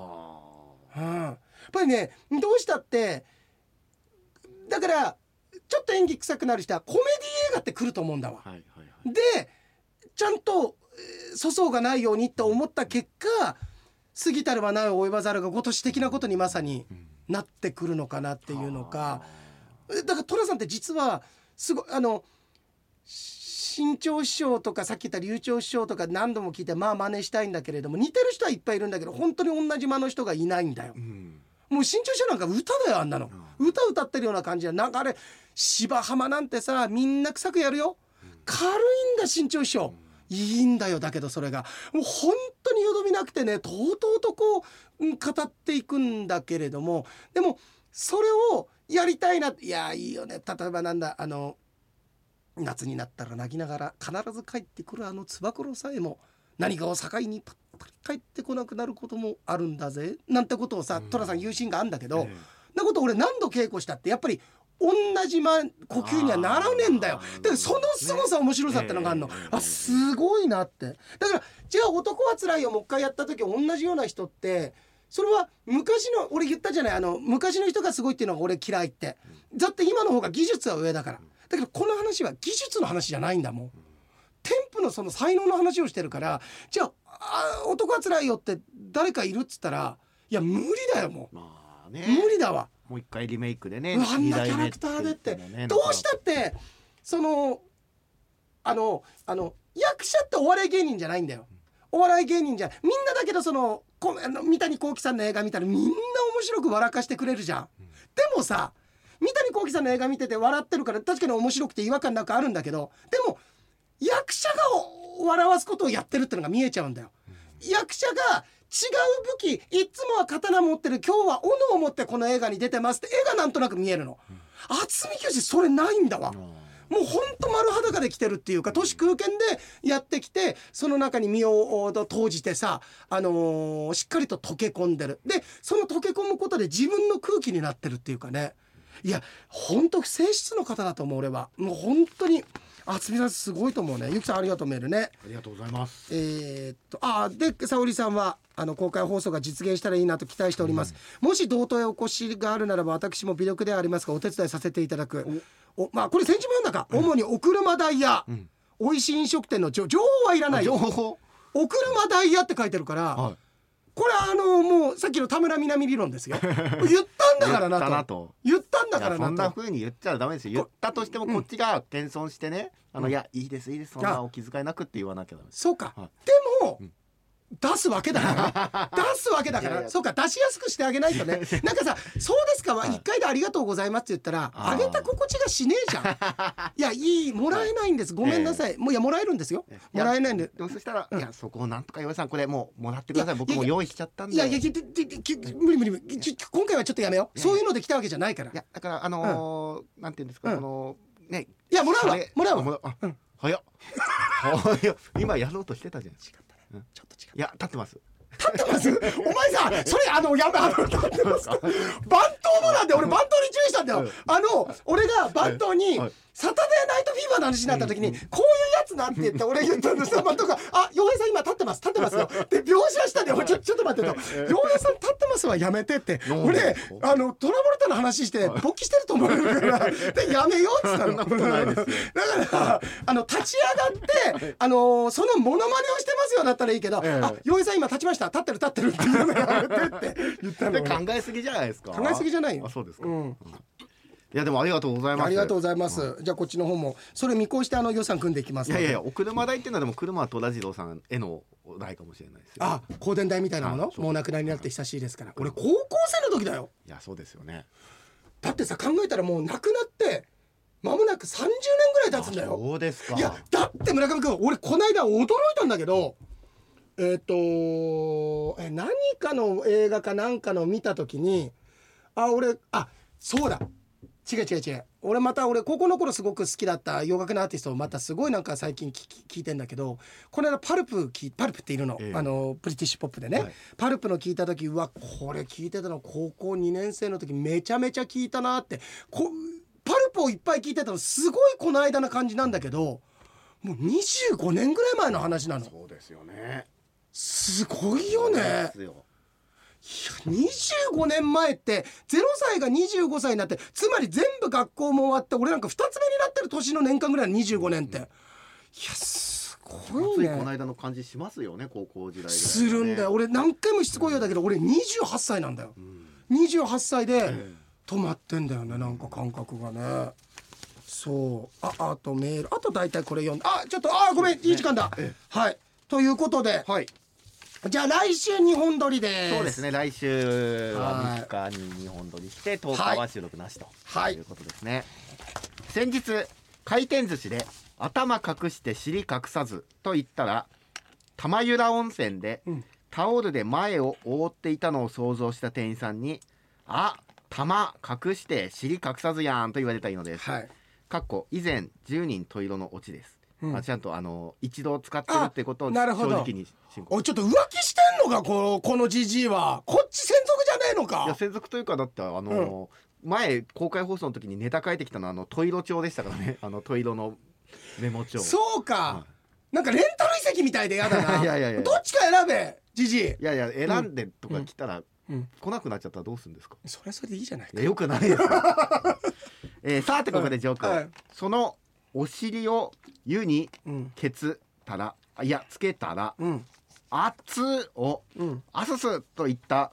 うん、やっぱりねどうしたってだからちょっと演技臭くなる人はコメディ映画って来ると思うんだわーはいはいはいでちゃんとえー粗相がないようにって思った結果過ぎたるはないを及ばざるがごとし的なことにまさになってくるのかなっていうのかえだから寅さんって実はすごいあのし新潮師匠とかさっき言った流暢師匠とか何度も聞いてまあ真似したいんだけれども似てる人はいっぱいいるんだけど本当に同じ間の人がいないんだよう。んもう新潮師匠なんか歌だよあんなの、歌歌ってるような感じでなんかあれ芝浜なんてさみんな臭くやるよ、軽いんだ新潮師匠、いいんだよだけどそれがもう本当によどみなくてねとうとうとこううん語っていくんだけれどもでもそれをやりたいないやいいよね例えばなんだあの夏になったら泣きながら必ず帰ってくるあのつば九郎さえも何かを境にパッパリ帰ってこなくなることもあるんだぜなんてことをさ寅さん言うシーンがあるんだけど、ええなこと俺何度稽古したってやっぱり同じま呼吸にはならねえんだよあーだからその凄さ面白さってのがあるの、ええあすごいなってだからじゃあ「男はつらいよ」もう一回やった時同じような人ってそれは昔の俺言ったじゃないあの昔の人がすごいっていうのが俺嫌いってだって今の方が技術は上だからだけどこの話は技術の話じゃないんだもん。添付のその才能の話をしてるからじゃああー男はつらいよって誰かいるっつったらいや無理だよもまあうね無理だわもう一回リメイクでねうわあんなキ二代ャ目ラクターでって言もねどうしたってそのあのあの役者ってお笑い芸人じゃないんだよお笑い芸人じゃみんなだけどそのこあの三谷幸喜さんの映画見たらみんな面白く笑かしてくれるじゃん。でもさ三谷幸喜さんの映画見てて笑ってるから確かに面白くて違和感なくあるんだけどでも役者がお笑わすことをやってるってのが見えちゃうんだよ。役者が違う武器いつもは刀持ってる今日は斧を持ってこの映画に出てますって絵がなんとなく見えるの渥美清それないんだわあもーうほんと丸裸で来てるっていうか都市空間でやってきてその中に身を投じてさ、あのーしっかりと溶け込んでるでその溶け込むことで自分の空気になってるっていうかねいやほんと性質の方だと思う俺はもう本当に渥美さんすごいと思うねゆきさんありがとうメールねありがとうございますえーっとあーで沙織さんはあの公開放送が実現したらいいなと期待しております、もし同等へお越しがあるならば私も微力ではありますがお手伝いさせていただくおまあこれ先週も読んだか、主にお車代や、美味しい飲食店の情情報はいらないよ報お車代やって書いてるから、はいこれあのもうさっきの田村みなみ理論 ですよ言ったんだからなと言った言ったなとんだいかやらそんななと風に言っちゃダメですよ言ったとしてもこっちが謙遜してねあのいやいいですいいですそんあなお気遣いなくって言わなきゃダメですそうか、はいでも、出すわけだ から出すわけだからいやいやそうか出しやすくしてあげないとねなんかさ「そうですか」ははい1回で「ありがとうございます」って言ったらあーあげた心地がしね えじゃんいやいいもらえないんですごめんなさい、もういやもらえるんですよええもらえないんででもそしたらんいやそこをなんとか岩井さんこれもうもらってくださいいや僕も用意しちゃったんでいやいやきききき無理無理無理ちょ今回はちょっとやめよういやそういうので来たわけじゃないからいやだからあのーなんていうんですか、うんこのねいやもらうわあれもらうわああ早っ早っ今やろうとしてたじゃないですかちょっと違ういや立ってます立ってますお前さそれあのやばあの立ってます番頭もなんで俺番頭に注意したんだよあの俺が番頭にはいサタデーナイトフィーバーの話になった時にこういうやつなって言って俺言ったんですよ番頭が「あ洋平さん今立ってます立ってますよ」で描写したんでおいちょちょっと待ってと「洋平さん立ってますはやめて」ってなんで俺あのトラボルタの話して勃起してると思われる からでやめようっつったのそんなことないですよだからあの立ち上がってあのそのモノマネをしてますよだったらいいけど「ええあ洋平さん今立ちました立ってる立ってる」って言うのや めてって言ったので考えすぎじゃないですか考えすぎじゃないよあそうですか、ういんやでもありがとうございますありがとうございざいます。じゃあこっちの方もそれ見越してあの予算組んでいきますのやで。いやいやお車代っていうのはでも車は戸田次郎さんへのお代かもしれないですよあ、香典代みたいなものあ、そうもうなくなりになって久しいですから。俺高校生の時だよ。いやそうですよねだってさ考えたらもうなくなって間もなく30年ぐらい経つんだよ。そうですかいやだって村上君、俺この間驚いたんだけど。えっ、とえ何かの映画かなんかの見た時にあ俺あそうだ違う違う違う俺また俺高校の頃すごく好きだった洋楽のアーティストをまたすごいなんか最近聞き聞いてんだけどこの間パルプ聞いパルプっているの,、ええあのブリティッシュポップでね、はいパルプの聞いた時うわこれ聞いてたの高校2年生の時めちゃめちゃ聞いたなってこパルプをいっぱい聞いてたのすごいこの間な感じなんだけどもう25年ぐらい前の話なのそうですよねすごいよそうねですよ25年前って0歳が25歳になってつまり全部学校も終わって俺なんか2つ目になってる年の年間ぐらいの25年っていやすごいついこのね間の感じしますよね高校時代ぐらいはねするんだよ俺何回もしつこいようだけど俺28歳なんだよ28歳で止まってんだよねなんか感覚がねそうああとメールあと大体これ読んであちょっとあごめんいい時間だはいということではいじゃあ来週日本撮りですそうですね来週ははい3日に日本撮りして10日は収録なしと、はいい、うことですね先日回転寿司で頭隠して尻隠さずと言ったら玉浦温泉でんタオルで前を覆っていたのを想像した店員さんに「あ玉隠して尻隠さずやん」と言われたいのです、はいかっこ以前10人十色のオチです、うんあちゃんとあの一度使ってるってことをあ正なるほど直に申告おいちょっと浮気してんのかこのこのじじいはこっち専属じゃねえのいやか専属というかだってあの、前公開放送の時にネタ書いてきたのはあのトイロ帳でしたからね あのトイロのメモ帳そうか、はなんかレンタル遺跡みたいでやだな いやいやいやどっちか選べじじいいやいや選んでとか来たら、うん来なくなっちゃったらどうするんですか、それはそれでいいじゃないいやよくないで すよ、えーさあてここでジョーク、はいそのお尻を湯にうんケツたらあいやつけたらうん「あつ」をうんアススといった、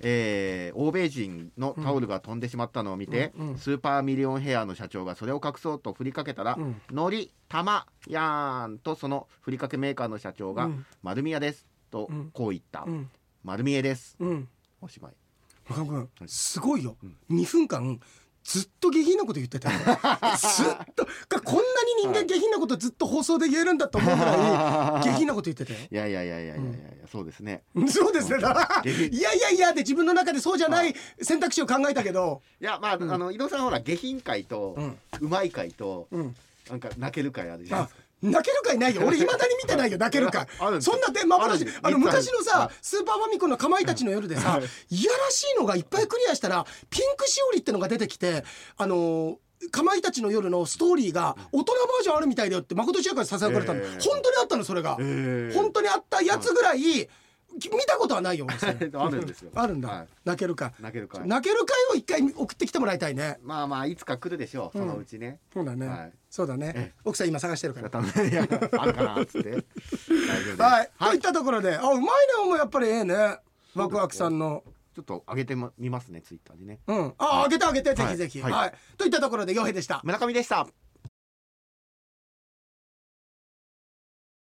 えー欧米人のタオルが飛んでしまったのを見て、うんうんスーパーミリオンヘアの社長がそれを隠そうと振りかけたらうん「のりたまやーん」とそのふりかけメーカーの社長うがん「丸見えです」とうんこう言ったうん「丸見えですうん」おしまい村上君すごいよ、2分間ずっと下品なこと言ってたよずっとかこんなに人間下品なことずっと放送で言えるんだと思うぐらい下品なこと言ってたよいやいやいやいやいやいやいやそうですねそうですね下品いやいやいやで自分の中でそうじゃない選択肢を考えたけどいやまあ,、あの井戸さんほら下品回と、ううんまい回と、うんなんか泣ける回あるじゃないあですか泣けるかいないよ俺いまだに見てないよ泣けるか あるんですそんなで幻あるんですあのいっぱいある昔のさはスーパーファミコンのかまいたちの夜でさいやらしいのがいっぱいクリアしたらピンクしおりってのが出てきてあのーかまいたちの夜のストーリーが大人バージョンあるみたいだよって誠ちやからささやかれたの、えー本当にあったのそれが、えー本当にあったやつぐらい、き見たことはないよ俺それ あるんですよ あるんだ、はい泣けるか泣ける回泣けるかを一回送ってきてもらいたいねまあまあいつか来るでしょうそのうちね、そうだね、はいそうだねえ奥さん今探してるから多分いやあるかなっつって大丈夫です、はい、といったところで、あ、うまいね、お前やっぱりええね。ワクワクさんの。ちょっと上げてみますねツイッターでねうん、あ、あげてあげて、ぜはひいぜひ、は、はいいといったところで、よへでした。村上でした